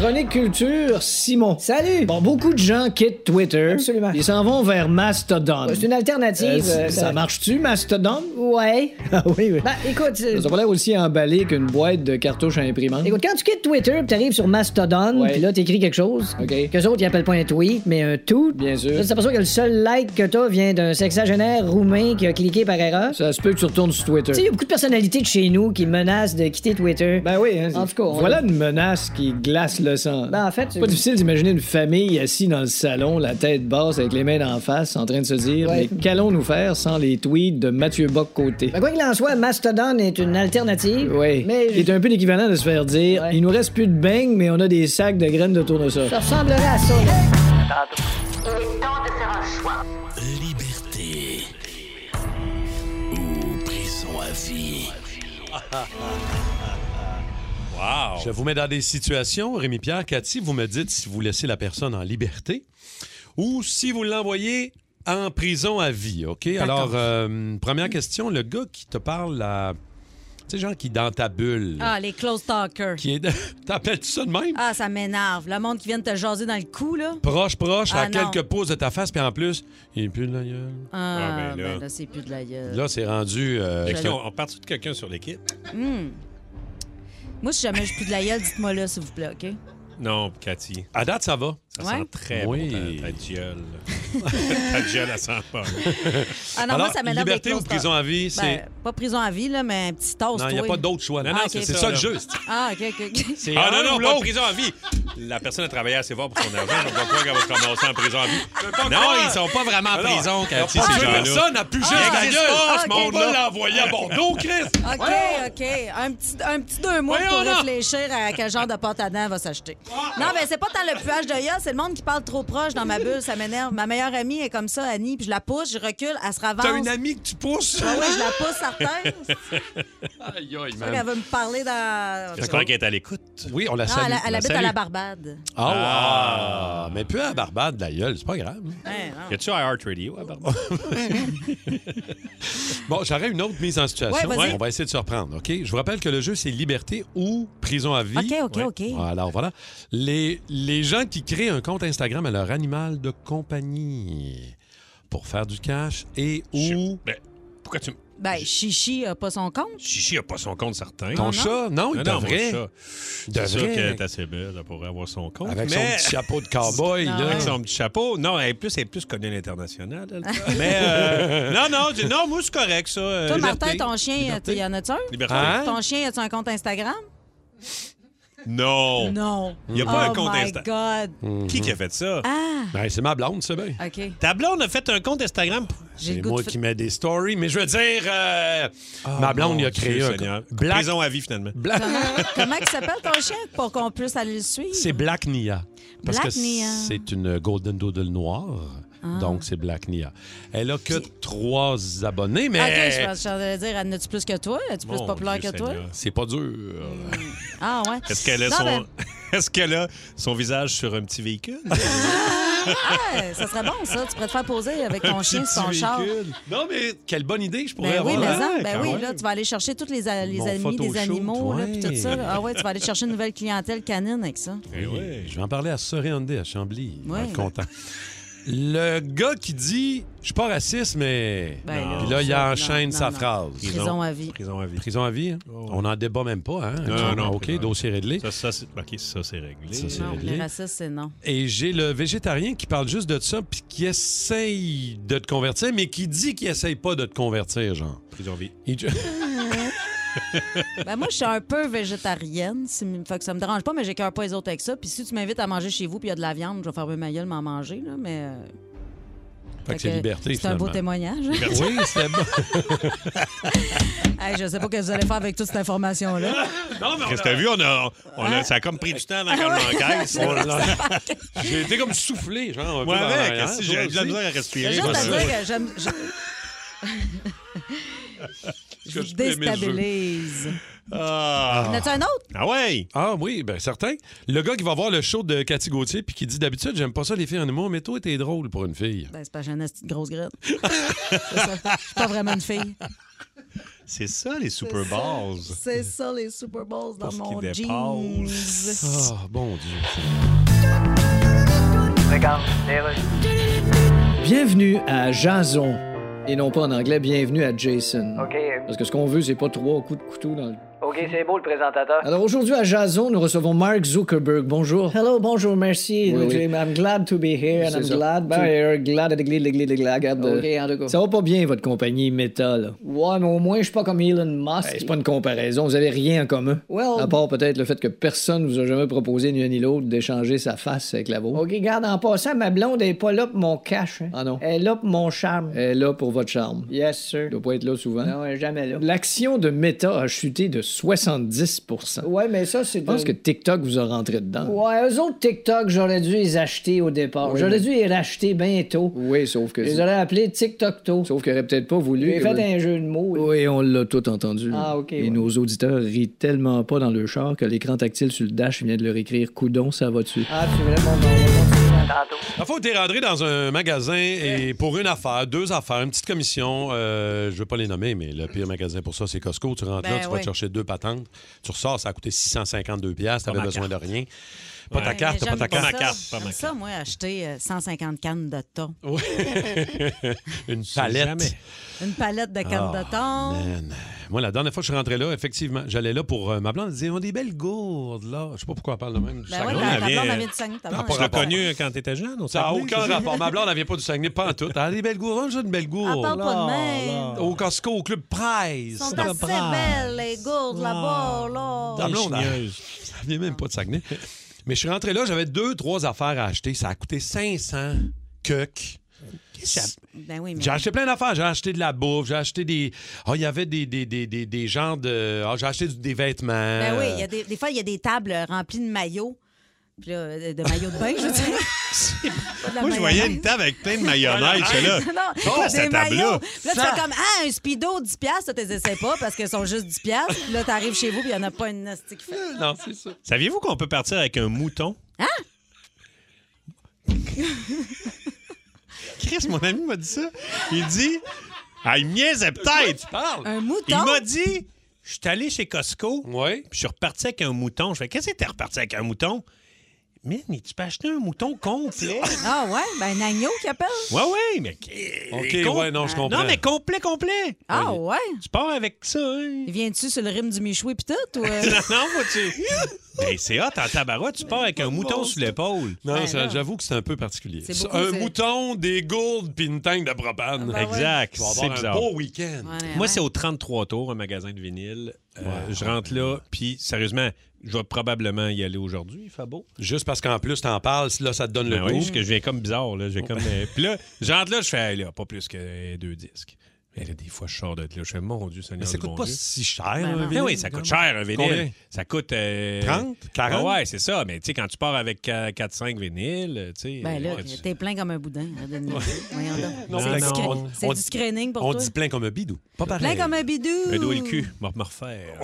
Speaker 8: Chronique culture, Simon. Salut! Bon, beaucoup de gens quittent Twitter. Absolument. Ils s'en vont vers Mastodon.
Speaker 16: C'est une alternative.
Speaker 8: Euh,
Speaker 16: euh,
Speaker 8: ça marche-tu, Mastodon?
Speaker 16: Ouais.
Speaker 8: <laughs> Ah oui, oui.
Speaker 16: Ben, écoute. euh,
Speaker 8: Ça a pas l'air aussi emballé qu'une boîte de cartouches à imprimante.
Speaker 16: Écoute, quand tu quittes Twitter, puis t'arrives sur Mastodon,
Speaker 8: Ouais.
Speaker 16: puis là, t'écris quelque chose.
Speaker 8: OK.
Speaker 16: Qu'eux autres, ils appellent pas un tweet, mais un tout.
Speaker 8: Bien sûr.
Speaker 16: Là, tu t'aperçois que le seul like que t'as vient d'un sexagénaire roumain qui a cliqué par erreur.
Speaker 8: Ça se peut que tu retournes sur Twitter.
Speaker 16: Tu sais, il y a beaucoup de personnalités de chez nous qui menacent de quitter Twitter. Ben oui, En tout cas. on-
Speaker 8: hein, Voilà une menace qui glace le sang.
Speaker 16: Ben, en fait,
Speaker 8: c'est pas difficile d'imaginer une famille assise dans le salon, la tête basse avec les mains en face, en train de se dire
Speaker 16: Ouais.
Speaker 8: Mais qu'allons-nous faire sans les tweets de Mathieu Bock côté
Speaker 16: Ben, quoi qu'il en soit, Mastodon est une alternative.
Speaker 8: Oui.
Speaker 16: Mais
Speaker 8: C'est un peu l'équivalent de se faire dire Il nous reste plus de beignes, mais on a des sacs de graines de tournesol.
Speaker 16: ça ressemblerait à ça.
Speaker 10: Il est temps de faire un choix.
Speaker 17: Liberté ou prison à vie.
Speaker 5: Wow.
Speaker 3: Je vous mets dans des situations, Rémi-Pierre, Cathy, vous me dites si vous laissez la personne en liberté ou si vous l'envoyez en prison à vie, OK? Alors, euh, première question, le gars qui te parle à... Tu sais, genre qui est dans ta bulle.
Speaker 4: Ah, les close talkers.
Speaker 3: Qui est... <laughs> T'appelles-tu ça de même?
Speaker 4: Ah, ça m'énerve. Le monde qui vient de te jaser dans le cou, là.
Speaker 3: Proche, proche,
Speaker 4: Ah,
Speaker 3: à
Speaker 4: non.
Speaker 3: quelques pouces de ta face, puis en plus, il est plus de la gueule.
Speaker 4: Ah,
Speaker 5: Ah, ben là.
Speaker 4: ben là, c'est plus de la gueule.
Speaker 3: Là, c'est rendu... euh,
Speaker 5: Fait qu'on- on part de quelqu'un sur l'équipe?
Speaker 4: Hmm. Moi, si jamais je plus de la gueule, dites-moi là, s'il vous plaît, OK?
Speaker 5: Non, Cathy.
Speaker 3: À date, ça
Speaker 5: Ah,
Speaker 3: va.
Speaker 5: Ça
Speaker 4: Ouais.
Speaker 5: sent très
Speaker 3: Oui.
Speaker 5: bon, ta, ta gueule. <laughs> ta gueule, elle sent pas.
Speaker 4: Ah non, moi, ça m'énerve. les
Speaker 3: liberté ou
Speaker 4: close talkers.
Speaker 3: prison à vie, c'est-
Speaker 4: Ben, pas prison à vie, là, mais un petit toast.
Speaker 3: Non, il n'y a
Speaker 4: oui.
Speaker 3: pas d'autre choix. là.
Speaker 5: Non, non,
Speaker 4: Ah,
Speaker 5: c'est
Speaker 4: OK.
Speaker 5: ça,
Speaker 3: ça
Speaker 5: là.
Speaker 3: le juste.
Speaker 4: Ah, OK, OK, OK.
Speaker 5: Ah non, non, pas de prison à vie. La personne a travaillé assez fort pour son argent. Je ne vois pas pourquoi elle va se ramasser en prison à vie.
Speaker 3: pas
Speaker 5: Non,
Speaker 3: croire.
Speaker 5: ils sont pas vraiment en
Speaker 3: Alors,
Speaker 5: prison,
Speaker 3: ils ont
Speaker 5: Cathy,
Speaker 3: pas
Speaker 5: ces
Speaker 3: tué
Speaker 5: gens-là.
Speaker 3: personne, a pu
Speaker 5: Ils
Speaker 3: juste la
Speaker 5: existent
Speaker 3: gueule.
Speaker 4: Ah,
Speaker 5: pas, ce
Speaker 3: Ok.
Speaker 5: monde-là.
Speaker 3: On va l'envoyer à Bordeaux, Chris.
Speaker 4: OK, OK. Un petit, un petit deux mois
Speaker 5: Voyons
Speaker 4: pour
Speaker 5: donc.
Speaker 4: réfléchir à quel genre de pâte à dents va s'acheter.
Speaker 3: Ah.
Speaker 4: Non, mais c'est pas tant le puage de gueule, c'est le monde qui parle trop proche dans ma bulle, ça m'énerve. Ma meilleure amie est comme ça, Annie, puis je la pousse, je recule, elle se ravance.
Speaker 3: T'as une amie que tu pousses?
Speaker 4: Ah oui, je la pousse, certaine.
Speaker 3: Aïe, aïe,
Speaker 4: Elle
Speaker 3: man.
Speaker 4: veut me parler dans...
Speaker 5: Je crois qu'elle est à l'écoute.
Speaker 3: Oui, on la
Speaker 4: Non, Ah,
Speaker 3: salue.
Speaker 4: elle, elle
Speaker 3: on la
Speaker 4: habite à
Speaker 3: salue.
Speaker 4: la Barbade.
Speaker 3: Ah, ouais. mais puis à Barbade, la gueule, c'est pas grave.
Speaker 4: Hein, non.
Speaker 5: Y a-tu iHeartRadio à Barbade?
Speaker 3: Bon, j'aurais une autre mise en situation.
Speaker 4: Ouais, vas-y.
Speaker 3: on va essayer de se reprendre, OK? Je vous rappelle que le jeu, c'est liberté ou prison à vie.
Speaker 4: OK, OK, OK.
Speaker 3: Alors, voilà. Les, les gens qui créent un compte Instagram à leur animal de compagnie pour faire du cash et ou...
Speaker 5: pourquoi tu...
Speaker 4: Ben, Chichi a pas son compte.
Speaker 5: Chichi n'a pas son compte certain.
Speaker 3: Ton chat? Non, il devrait.
Speaker 5: mon chat.
Speaker 3: Il
Speaker 5: C'est sûr
Speaker 3: devrait.
Speaker 5: qu'elle est assez belle, elle pourrait avoir son compte.
Speaker 3: Avec
Speaker 5: mais-
Speaker 3: son petit chapeau de cowboy, là.
Speaker 5: Avec son petit chapeau. Non, elle est plus, elle est plus connue à l'international. elle.
Speaker 3: <laughs>
Speaker 5: mais euh, non, non, j'ai- non, moi, c'est correct, ça. euh,
Speaker 4: Toi,
Speaker 5: liberté.
Speaker 4: Martin, ton chien,
Speaker 5: Liberté.
Speaker 4: il y en a-tu un?
Speaker 5: Liberté. Hein?
Speaker 4: Ton chien, a-tu un compte Instagram?
Speaker 5: Non.
Speaker 4: Non.
Speaker 5: Il n'y a pas
Speaker 4: oh
Speaker 5: un compte
Speaker 4: my
Speaker 5: Insta-
Speaker 4: God.
Speaker 5: Qui qui a fait ça?
Speaker 4: Ah,
Speaker 3: Ben, c'est ma blonde, c'est bien.
Speaker 4: OK.
Speaker 5: Ta blonde a fait un compte Instagram.
Speaker 3: C'est moi qui mets des stories, mais je veux dire, euh, ma blonde, il a créé un co-
Speaker 5: Black...
Speaker 3: Black-
Speaker 5: Prison à vie, finalement.
Speaker 3: Black-
Speaker 4: <laughs> Comment il s'appelle ton chien pour qu'on puisse aller le suivre?
Speaker 3: C'est Black Nia. Parce
Speaker 4: Black
Speaker 3: que
Speaker 4: Nia.
Speaker 3: c'est une Golden Doodle noire.
Speaker 4: Ah.
Speaker 3: Donc, c'est Black Nia. Elle a que trois abonnés, mais.
Speaker 4: OK, je pense- je vais dire, elle n'a-tu plus que toi? Es-tu plus
Speaker 3: Mon
Speaker 4: populaire
Speaker 3: Dieu
Speaker 4: que toi?
Speaker 3: Seigneur, C'est pas dur.
Speaker 4: Ah ouais.
Speaker 5: Est-ce qu'elle a
Speaker 4: Non,
Speaker 5: son.
Speaker 4: ben,
Speaker 5: <laughs>
Speaker 3: <laughs>
Speaker 5: Est-ce qu'elle a son visage sur un petit véhicule?
Speaker 4: ouais, ben, ça serait bon, ça. Tu pourrais te faire poser avec
Speaker 3: <laughs>
Speaker 4: ton
Speaker 3: Un
Speaker 4: chien
Speaker 3: petit
Speaker 4: sur ton char.
Speaker 3: véhicule. Non, mais quelle bonne idée que je pourrais
Speaker 4: Ben oui,
Speaker 3: avoir.
Speaker 4: mais ça,
Speaker 3: Ouais,
Speaker 4: ben
Speaker 3: quand
Speaker 4: oui,
Speaker 3: même.
Speaker 4: là, tu vas aller chercher tous les, a- les
Speaker 3: Mon
Speaker 4: ennemis
Speaker 3: photo
Speaker 4: des
Speaker 3: shoot,
Speaker 4: animaux, là,
Speaker 3: ouais.
Speaker 4: puis tout ça. là. Ah ouais, tu vas aller chercher une nouvelle clientèle canine avec ça.
Speaker 3: Eh oui, Je vais en parler à Soré-Andé, à Chambly. Il va
Speaker 4: Ouais.
Speaker 3: être content. Le gars qui dit Je suis pas raciste, mais.
Speaker 4: Ben là,
Speaker 3: Puis là, il
Speaker 4: ça, non,
Speaker 3: enchaîne
Speaker 4: non,
Speaker 3: sa
Speaker 4: non.
Speaker 3: phrase.
Speaker 4: Prison Prison. à vie.
Speaker 3: Prison à vie. Prison à vie, hein? On n'en débat même pas, hein?
Speaker 5: Non, non, non.
Speaker 3: OK, dossier réglé. Ça,
Speaker 5: c'est OK, ça, c'est réglé.
Speaker 3: c'est
Speaker 4: Non,
Speaker 3: réglé.
Speaker 4: les racistes, c'est non.
Speaker 3: Et j'ai le végétarien qui parle juste de ça, puis qui essaye de te convertir, mais qui dit qu'il essaye pas de te convertir, genre. Prison vie. <laughs>
Speaker 4: ben moi, je suis un peu végétarienne, si- fait que ça me dérange pas, mais j'écœure pas les autres avec ça. Puis si tu m'invites à manger chez vous, puis il y a de la viande, je vais fermer ma gueule, m'en manger, là, mais... euh,
Speaker 3: Fait que c'est liberté,
Speaker 4: C'est un beau
Speaker 3: finalement. <laughs>
Speaker 4: témoignage.
Speaker 3: Oui, c'est bon.
Speaker 4: <laughs> Hey, je sais pas ce que vous allez faire avec toute cette
Speaker 3: <laughs>
Speaker 4: information-là.
Speaker 3: Non, mais on
Speaker 5: Qu'est-ce que t'as vu? On a, on
Speaker 4: Hein?
Speaker 5: a- ça a comme pris du temps avant
Speaker 4: Ah
Speaker 5: qu'on l'encaisse.
Speaker 3: Oh là là. <laughs> J'ai été comme soufflé, genre. un
Speaker 5: Moi
Speaker 3: peu
Speaker 5: avec,
Speaker 3: dans l'arrière, hein?
Speaker 5: si,
Speaker 3: toi
Speaker 5: j'ai de la
Speaker 3: aussi.
Speaker 5: misère à respirer.
Speaker 4: C'est juste
Speaker 5: moi,
Speaker 4: à
Speaker 5: ça.
Speaker 4: dire que j'aime... je-
Speaker 3: <laughs>
Speaker 4: Je vous déstabilise.
Speaker 3: Ah.
Speaker 4: Y en a-tu un autre?
Speaker 3: Ah ouais! Ah oui, ben certain. Le gars qui va voir le show de Cathy Gauthier puis qui dit d'habitude j'aime pas ça les filles en humour, mais toi t'es drôle pour une fille.
Speaker 4: Ben, c'est pas j'ai une petite grosse
Speaker 3: <laughs>
Speaker 4: graine. C'est ça. Je suis pas vraiment une fille.
Speaker 5: C'est ça, les Super Balls.
Speaker 4: C'est ça, les Super Bowls dans
Speaker 5: Pour ce qui
Speaker 4: mon
Speaker 5: dépasse.
Speaker 4: jeans.
Speaker 3: Ah bon Dieu.
Speaker 18: Regarde, les
Speaker 8: Bienvenue à Jason. Et non pas en anglais, bienvenue à Jason.
Speaker 18: OK.
Speaker 8: Parce que ce qu'on veut, c'est pas trois coups de couteau dans le.
Speaker 18: OK, c'est beau, le
Speaker 16: Euh,
Speaker 18: présentateur.
Speaker 8: Alors aujourd'hui à Jason, nous recevons Mark Zuckerberg. Bonjour. Hello, bonjour, merci.
Speaker 16: Oui, oui.
Speaker 8: I'm glad to be here
Speaker 16: and I'm glad to-
Speaker 8: glad at the glad, glad, glad, glad.
Speaker 16: OK, en tout cas.
Speaker 8: Ça va pas bien, votre compagnie Meta, là.
Speaker 16: Ouais, mais au moins, je suis pas comme Elon Musk.
Speaker 8: Hey, c'est pas une comparaison, vous avez rien en commun.
Speaker 16: Well-
Speaker 8: à part peut-être le fait que personne vous a jamais proposé, ni un ni l'autre, d'échanger sa face avec la vôtre.
Speaker 16: OK, garde en passant, ma blonde est pas là pour mon cash. hein.
Speaker 8: Ah non.
Speaker 16: Elle est là pour mon charme.
Speaker 8: Elle est là pour votre charme.
Speaker 16: Yes, sir.
Speaker 8: Elle doit pas être là souvent.
Speaker 16: Non, elle est jamais là.
Speaker 8: L'action de Meta a chuté de 70
Speaker 16: Ouais, mais ça, c'est.
Speaker 8: Je pense que
Speaker 16: de-
Speaker 8: TikTok vous a rentré dedans.
Speaker 16: Ouais, eux autres TikTok, j'aurais dû les acheter au départ.
Speaker 8: Oui,
Speaker 16: j'aurais
Speaker 8: mais-
Speaker 16: dû les racheter bientôt.
Speaker 8: Oui, sauf que.
Speaker 16: Je les aurais appelés TikTok-To.
Speaker 8: Sauf qu'il aurait peut-être pas voulu.
Speaker 16: J'ai
Speaker 8: que-
Speaker 16: fait un jeu de mots. là.
Speaker 8: Oui, on l'a tout entendu.
Speaker 16: Ah, ok,
Speaker 8: Et
Speaker 16: ouais.
Speaker 8: nos auditeurs rient tellement pas dans le char que l'écran tactile sur le dash vient de leur écrire Coudon, ça va dessus.
Speaker 16: Ah, c'est vraiment bon.
Speaker 3: La fois où t'es rentré dans un magasin et pour une affaire, deux affaires, une petite commission, euh, je veux pas les nommer, mais le pire magasin pour ça, c'est Costco. Tu rentres là,
Speaker 4: Ben
Speaker 3: tu vas
Speaker 4: ouais.
Speaker 3: te chercher deux patentes, tu ressors, ça a coûté 652$, piastres, t'avais
Speaker 5: ma
Speaker 3: besoin de rien. Pas ta
Speaker 4: Ouais,
Speaker 3: carte,
Speaker 4: mais
Speaker 3: t'as pas ta
Speaker 4: j'aime
Speaker 3: carte. Oh.
Speaker 4: ça. J'aime ça, moi, acheter euh, 150 cannes de thon.
Speaker 3: Une palette.
Speaker 5: Ah,
Speaker 4: Une palette de cannes de
Speaker 3: Ah,
Speaker 4: thon.
Speaker 3: man. Moi, la dernière fois que je suis rentré là, effectivement, j'allais là pour euh, ma blonde. Elle disait, on a des belles gourdes, là. Je sais pas pourquoi on parle de même. du
Speaker 4: Ben
Speaker 3: Saguenay.
Speaker 4: ouais, ta- ta blonde, elle vient du Saguenay, ta blonde,
Speaker 3: Ah, pas
Speaker 4: elle
Speaker 5: Je l'ai
Speaker 3: rapport.
Speaker 5: connu quand t'étais jeune. au
Speaker 3: Ça n'a
Speaker 5: Saguenay,
Speaker 3: aucun
Speaker 5: c'est ça?
Speaker 3: rapport. Ma blonde, elle vient pas du Saguenay, pas en tout. Elle a des belles gourdes. J'ai une belle gourde.
Speaker 4: Elle Ah, parle pas
Speaker 5: Oh
Speaker 4: de même.
Speaker 3: Au Costco, au Club Price.
Speaker 4: sont assez belles, les gourdes,
Speaker 5: Ah.
Speaker 4: là-bas, là.
Speaker 3: Ta
Speaker 5: hein.
Speaker 3: blonde, elle- ça vient même pas de Saguenay. Mais je suis rentré là, j'avais deux, trois affaires à acheter. Ça a coûté 500 cuc.
Speaker 4: Ben oui, mais...
Speaker 3: J'ai acheté plein d'affaires. J'ai acheté de la bouffe, j'ai acheté des. Ah, il y avait des, des, des, des, des genres de. Ah, j'ai acheté du- des vêtements.
Speaker 4: Ben
Speaker 5: euh,
Speaker 4: oui, il y a des, des fois, il y a des tables remplies de maillots. Puis là, euh, de maillots de bain, je veux
Speaker 5: <laughs>
Speaker 4: dire. Pas de la
Speaker 5: Moi, je voyais
Speaker 4: mayonnaise.
Speaker 5: une table avec plein de mayonnaise.
Speaker 4: Ah,
Speaker 5: j'étais
Speaker 4: <laughs>
Speaker 5: là.
Speaker 4: non,
Speaker 5: C'est quoi
Speaker 4: des
Speaker 5: cette
Speaker 4: maillots.
Speaker 5: table-là?
Speaker 4: Puis là, tu fais comme, ah, un speedo, 10 piastres, ça, essaies pas parce qu'ils sont juste 10 piastres. Puis là, t'arrives chez vous, puis il y en a pas une nasty qui fait.
Speaker 3: Non, c'est ça.
Speaker 5: Saviez-vous qu'on peut partir avec un mouton?
Speaker 4: Hein?
Speaker 5: <laughs> Chris, mon ami m'a dit ça. Il dit Ah, il me niaisait peut-être.
Speaker 4: Un mouton?
Speaker 5: Il m'a dit Je suis allé chez Costco. Puis je suis reparti avec un mouton. Je fais Qu'est-ce que t'es reparti avec un mouton? Mais tu peux acheter un mouton
Speaker 3: <laughs>
Speaker 5: complet.
Speaker 4: Ah ouais, ben un agneau qui appelle.
Speaker 5: ouais, ouais, mais.
Speaker 3: OK,
Speaker 5: com-
Speaker 3: ouais, non, je comprends.
Speaker 5: Non, mais complet, complet.
Speaker 4: Ah ouais?
Speaker 5: Tu pars avec ça,
Speaker 3: <laughs>
Speaker 5: hein?
Speaker 4: Viens-tu sur le rime du Michoui pis tout? Ou...
Speaker 5: <laughs>
Speaker 4: euh?
Speaker 5: non, non, moi, tu. <laughs> Ben, c'est hot, en tabarouette, tu pars avec un mouton sur l'épaule.
Speaker 3: Non,
Speaker 5: Ouais,
Speaker 3: ça-
Speaker 5: là.
Speaker 3: j'avoue que c'est un peu particulier.
Speaker 5: Ben C'est beaucoup,
Speaker 3: un
Speaker 5: c'est-
Speaker 3: mouton, des gourdes, puis une tank de propane.
Speaker 5: Ben ouais. Exact,
Speaker 3: Tu vas avoir
Speaker 5: c'est
Speaker 3: un
Speaker 5: bizarre.
Speaker 3: beau week-end.
Speaker 5: Moi, c'est au 33 tours, un magasin de vinyle. Euh,
Speaker 3: Ouais.
Speaker 5: je rentre là, puis sérieusement, je vais probablement y aller aujourd'hui. Il fait beau.
Speaker 3: Juste parce qu'en plus, t'en parles, là, ça te donne
Speaker 5: Ben
Speaker 3: le
Speaker 5: oui,
Speaker 3: goût.
Speaker 5: parce que je viens comme bizarre. Là, j'ai comme,
Speaker 3: <laughs>
Speaker 5: euh, puis là, je rentre là, je fais, hey, là, pas plus que euh, deux disques. Mais là, des fois, je sors de là, je fais, mon Dieu, Seigneur.
Speaker 3: Mais ça
Speaker 5: du
Speaker 3: coûte
Speaker 5: bon
Speaker 3: pas
Speaker 5: Dieu.
Speaker 3: si cher, hein,
Speaker 5: Ben
Speaker 3: un
Speaker 5: non.
Speaker 3: vinyle,
Speaker 5: Ben oui, ça coûte
Speaker 3: quand même.
Speaker 5: cher, un vinyle.
Speaker 3: Combien?
Speaker 5: Ça coûte. euh,
Speaker 3: 30, 40?
Speaker 5: ouais, c'est ça. Mais tu sais, quand tu pars avec 4-5 vinyles, tu sais.
Speaker 4: Ben là,
Speaker 5: ouais, tu-
Speaker 4: t'es plein comme un boudin. arrête de niaiser. Voyons donc.
Speaker 5: Non,
Speaker 4: C'est
Speaker 5: non,
Speaker 4: du screen-
Speaker 5: on-
Speaker 4: c'est
Speaker 5: on
Speaker 4: du
Speaker 5: dit-
Speaker 4: screening pour
Speaker 5: on
Speaker 4: toi.
Speaker 5: dit plein comme un bidou. Pas
Speaker 4: Plein comme un bidou. <laughs>
Speaker 5: Un dos et le cul. M'a me refaire.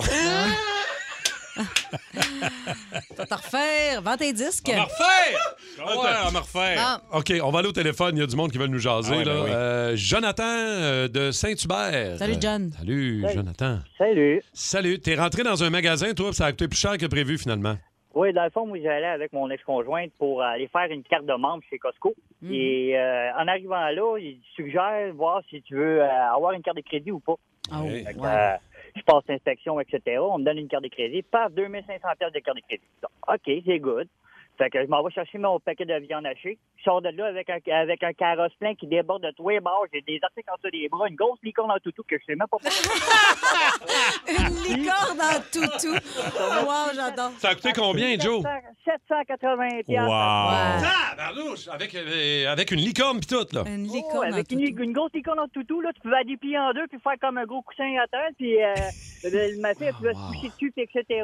Speaker 4: Faut t'en refaire. Vends tes disques.
Speaker 3: On va refaire!
Speaker 19: on va refaire.
Speaker 3: OK, on va aller au téléphone. Il y a du monde qui veut nous jaser.
Speaker 19: Ah ouais,
Speaker 3: là.
Speaker 19: ben oui.
Speaker 3: Euh, Jonathan euh, de Saint-Hubert.
Speaker 4: Salut, John.
Speaker 3: Euh, Salut,
Speaker 20: Salut.
Speaker 3: Jonathan.
Speaker 20: Salut.
Speaker 3: Salut. T'es rentré dans un magasin, toi, puis ça a coûté plus cher que prévu, finalement.
Speaker 20: Oui, dans le fond, moi, j'allais avec mon ex-conjointe pour aller faire une carte de membre chez Costco.
Speaker 16: Mhm.
Speaker 20: Et euh, en arrivant là, il suggère voir si tu veux euh, avoir une carte de crédit ou pas.
Speaker 4: Ah
Speaker 20: oui. Fait que, euh, je passe l'inspection, etc. On me donne une carte de crédit. Paf, 2500 pièces de carte de crédit. Donc, OK, c'est good. Fait que je m'en vais chercher mon paquet de viande hachée. Je sors de là avec un, avec un carrosse plein qui déborde de tous les bords. J'ai des articles en dessous des bras, une grosse licorne en toutou que je sais même pas
Speaker 4: Une licorne en toutou. Wow, j'adore.
Speaker 3: Ça a coûté combien, Joe?
Speaker 21: Ah.
Speaker 20: 780
Speaker 3: Wow!
Speaker 20: piastres.
Speaker 3: Tabarnouche! Avec, euh, avec une licorne pis tout, là.
Speaker 4: Une
Speaker 20: Oh, avec une, une grosse licorne en toutou, là, tu pouvais la déplier en deux puis faire comme un gros coussin à terre, puis
Speaker 21: <laughs>
Speaker 20: euh, le le matin, elle pouvait se coucher dessus, puis etc.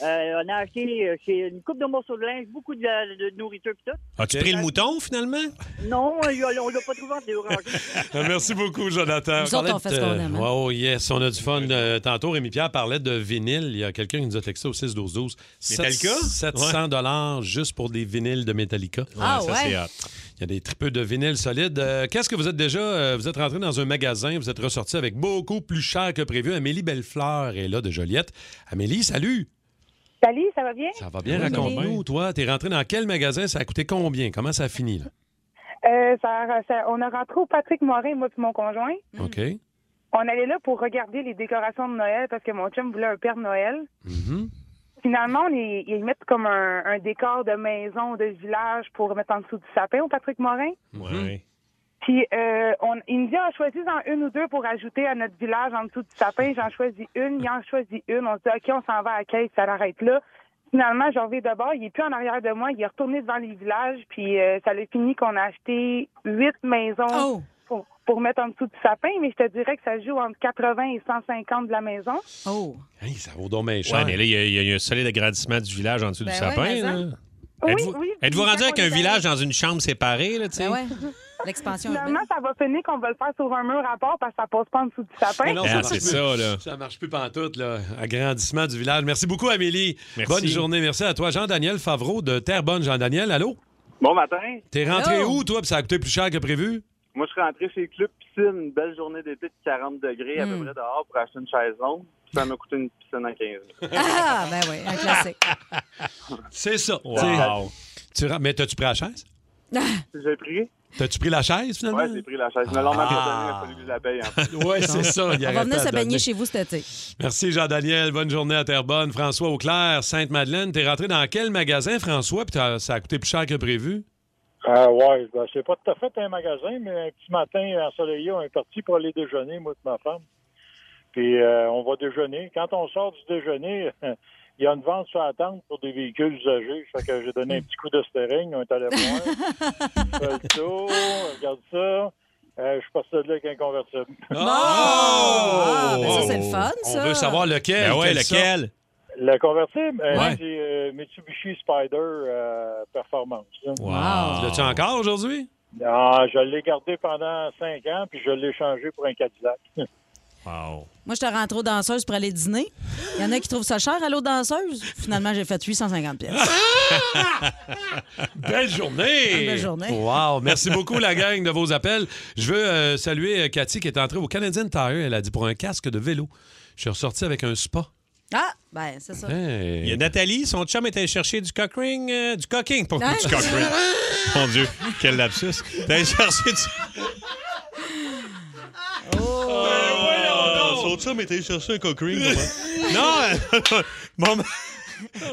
Speaker 20: Euh, on a acheté euh, chez une coupe de morceaux de linge, beaucoup de, de nourriture puis tout.
Speaker 4: Ah.
Speaker 19: As-tu pris le mouton, finalement?
Speaker 20: Non, on l'a- on l'a pas trouvé en dérangeant.
Speaker 3: Euh, Merci beaucoup, Jonathan.
Speaker 20: Nous autres, on fait ce qu'on aime, hein.
Speaker 3: Oh, yes, on a du fun. Euh, tantôt, Rémi-Pierre parlait de vinyle. Il y a quelqu'un qui nous a texté au 6-12-12.
Speaker 19: Metallica?
Speaker 3: 700 dollars juste pour des vinyles de Metallica.
Speaker 19: Ah, Ouais, ça, c'est ouais. hot.
Speaker 3: Il y a des tripeux de vinyle solides. Euh, Qu'est-ce que vous êtes déjà... euh, vous êtes rentré dans un magasin, vous êtes ressorti avec beaucoup plus cher que prévu. Amélie Bellefleur est là de Joliette. Amélie, salut!
Speaker 21: Salut, ça va bien?
Speaker 3: Ça va bien, raconte-nous, toi. T'es rentré dans quel magasin? Ça a coûté combien? Comment ça a fini, là?
Speaker 21: Euh, ça- ça- on a rentré au Patrick Morin, moi et mon conjoint.
Speaker 19: Mm.
Speaker 3: OK.
Speaker 21: On allait là pour regarder les décorations de Noël parce que mon chum voulait un Père Noël.
Speaker 3: Mhm.
Speaker 21: Finalement, on est- ils mettent comme un, un décor de maison, de village pour mettre en dessous du sapin au Patrick Morin.
Speaker 3: Mhm.
Speaker 19: Ouais.
Speaker 21: Puis euh, on, il me dit, ah, choisis-en une ou deux pour ajouter à notre village en dessous du sapin. J'en choisis une, il en choisit une. On se dit, OK, on s'en va à la caisse, ça l'arrête là. Finalement, j'en reviens de bord. Il est plus en arrière de moi. Il est retourné devant les villages. Puis euh, ça l'a fini qu'on a acheté huit maisons
Speaker 4: Oh.
Speaker 21: pour, pour mettre en dessous du sapin. Mais je te dirais que ça joue entre 80 et 150 de la maison.
Speaker 4: Oh!
Speaker 3: Hey, ça vaut donc bien
Speaker 19: Ouais,
Speaker 3: cher.
Speaker 19: mais là, il y, a- il y a eu un solide agrandissement du village en dessous
Speaker 21: Ben
Speaker 19: du
Speaker 21: ouais,
Speaker 19: sapin.
Speaker 21: mais
Speaker 19: là.
Speaker 21: hein. Oui,
Speaker 19: Êtes-vous
Speaker 21: oui,
Speaker 19: êtes-vous
Speaker 21: oui,
Speaker 19: rendu
Speaker 21: quand
Speaker 19: avec
Speaker 21: on
Speaker 19: un
Speaker 21: est
Speaker 19: village dans une chambre séparée, là, tu sais?
Speaker 4: Ben L'expansion
Speaker 21: Finalement, ça va finir qu'on va le faire sur un mur à part parce que ça passe pas en dessous du sapin.
Speaker 19: Ben
Speaker 3: Mais non,
Speaker 5: Ah,
Speaker 3: marche plus. Ah, Ça marche plus pantoute, là. Agrandissement du village. Merci beaucoup, Amélie.
Speaker 19: Merci.
Speaker 3: Bonne journée. Merci à toi, Jean-Daniel Favreau de Terrebonne. Jean-Daniel, allô?
Speaker 22: Bon matin.
Speaker 3: T'es rentré
Speaker 22: Allô?
Speaker 3: où, toi, puis ça a coûté plus cher que prévu?
Speaker 22: Moi, je suis rentré chez Club Piscine, une belle journée d'été de 40 degrés à peu
Speaker 23: Hmm.
Speaker 22: près dehors pour acheter une chaise longue. Ça m'a coûté une piscine en 15 minutes.
Speaker 4: Ah, ben oui, un classique.
Speaker 3: C'est ça.
Speaker 22: Wow.
Speaker 3: Tu ren- Mais t'as-tu pris
Speaker 4: <laughs>
Speaker 3: la chaise?
Speaker 22: J'ai pris.
Speaker 3: T'as-tu pris la chaise, finalement?
Speaker 22: Ouais, j'ai pris la chaise. Le lendemain,
Speaker 3: Ah.
Speaker 22: j'ai donné, il a fallu que je la paye. en fait.
Speaker 3: Ouais, c'est ça. il
Speaker 4: On
Speaker 3: arrêtait
Speaker 4: va venir
Speaker 3: à
Speaker 4: se
Speaker 3: donner.
Speaker 4: baigner chez vous cet été.
Speaker 3: Merci, Jean-Daniel. Bonne journée à Terrebonne. François Auclair, Sainte-Madeleine. T'es rentré dans quel magasin, François, puis t'as- ça a coûté plus cher que prévu?
Speaker 23: Ah ouais, ben, c'est pas tout à fait un magasin, mais un petit matin ensoleillé, on est parti pour aller déjeuner, moi et ma femme. Puis euh, on va déjeuner. Quand on sort du déjeuner, <laughs> il y a une vente sur la tente pour des véhicules usagés. Fait que j'ai donné un petit coup de steering, on est allé voir. On fait le tour, on regarde ça. Euh, je suis passé de là avec un convertible.
Speaker 4: Ah, ben ça, c'est le fun,
Speaker 3: Oh! On
Speaker 4: ça.
Speaker 3: veut savoir lequel.
Speaker 19: Ben ouais,
Speaker 3: quelle sorte.
Speaker 19: lequel?
Speaker 23: Le convertible, euh,
Speaker 3: Ouais.
Speaker 23: c'est euh, Mitsubishi Spider euh, Performance. là.
Speaker 3: Wow. L'as-tu encore aujourd'hui?
Speaker 23: Ah, je l'ai gardé pendant cinq ans, puis je l'ai changé pour un Cadillac.
Speaker 19: Wow.
Speaker 4: Moi, je te rentre aux danseuses pour aller dîner. Il y en a qui trouvent ça cher à l'eau danseuse. Finalement, j'ai fait 850 pièces. <laughs>
Speaker 3: Belle journée!
Speaker 4: Belle journée.
Speaker 19: <laughs>
Speaker 3: Wow! Merci beaucoup, la gang, de vos appels. Je veux euh, saluer euh, Cathy qui est entrée au Canadian Tire. Elle a dit pour un casque de vélo. Je suis ressorti avec un spa.
Speaker 4: Ah, ben, c'est ça.
Speaker 3: Hey.
Speaker 19: Il y a Nathalie, son chum était allé chercher du cockring, euh, du cocking, pas
Speaker 4: Ah.
Speaker 19: du cockring. Mon Dieu, quel lapsus. T'es allé chercher du... Oh, son chum était allé chercher un cockring. <laughs> non, <laughs> euh, mon, ma-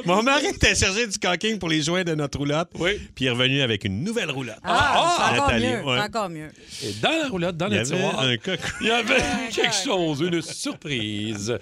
Speaker 19: mon mari était allé chercher du cocking pour les joints de notre roulotte. Oui. Puis il est revenu avec une nouvelle roulotte.
Speaker 4: Ah, c'est encore
Speaker 19: Nathalie,
Speaker 4: mieux.
Speaker 19: ouais.
Speaker 4: c'est encore mieux.
Speaker 3: Et dans la roulotte, dans
Speaker 19: Il y
Speaker 3: le
Speaker 19: avait
Speaker 3: tiroir,
Speaker 4: Ah,
Speaker 19: un coq.
Speaker 3: il y avait quelque chose, une surprise.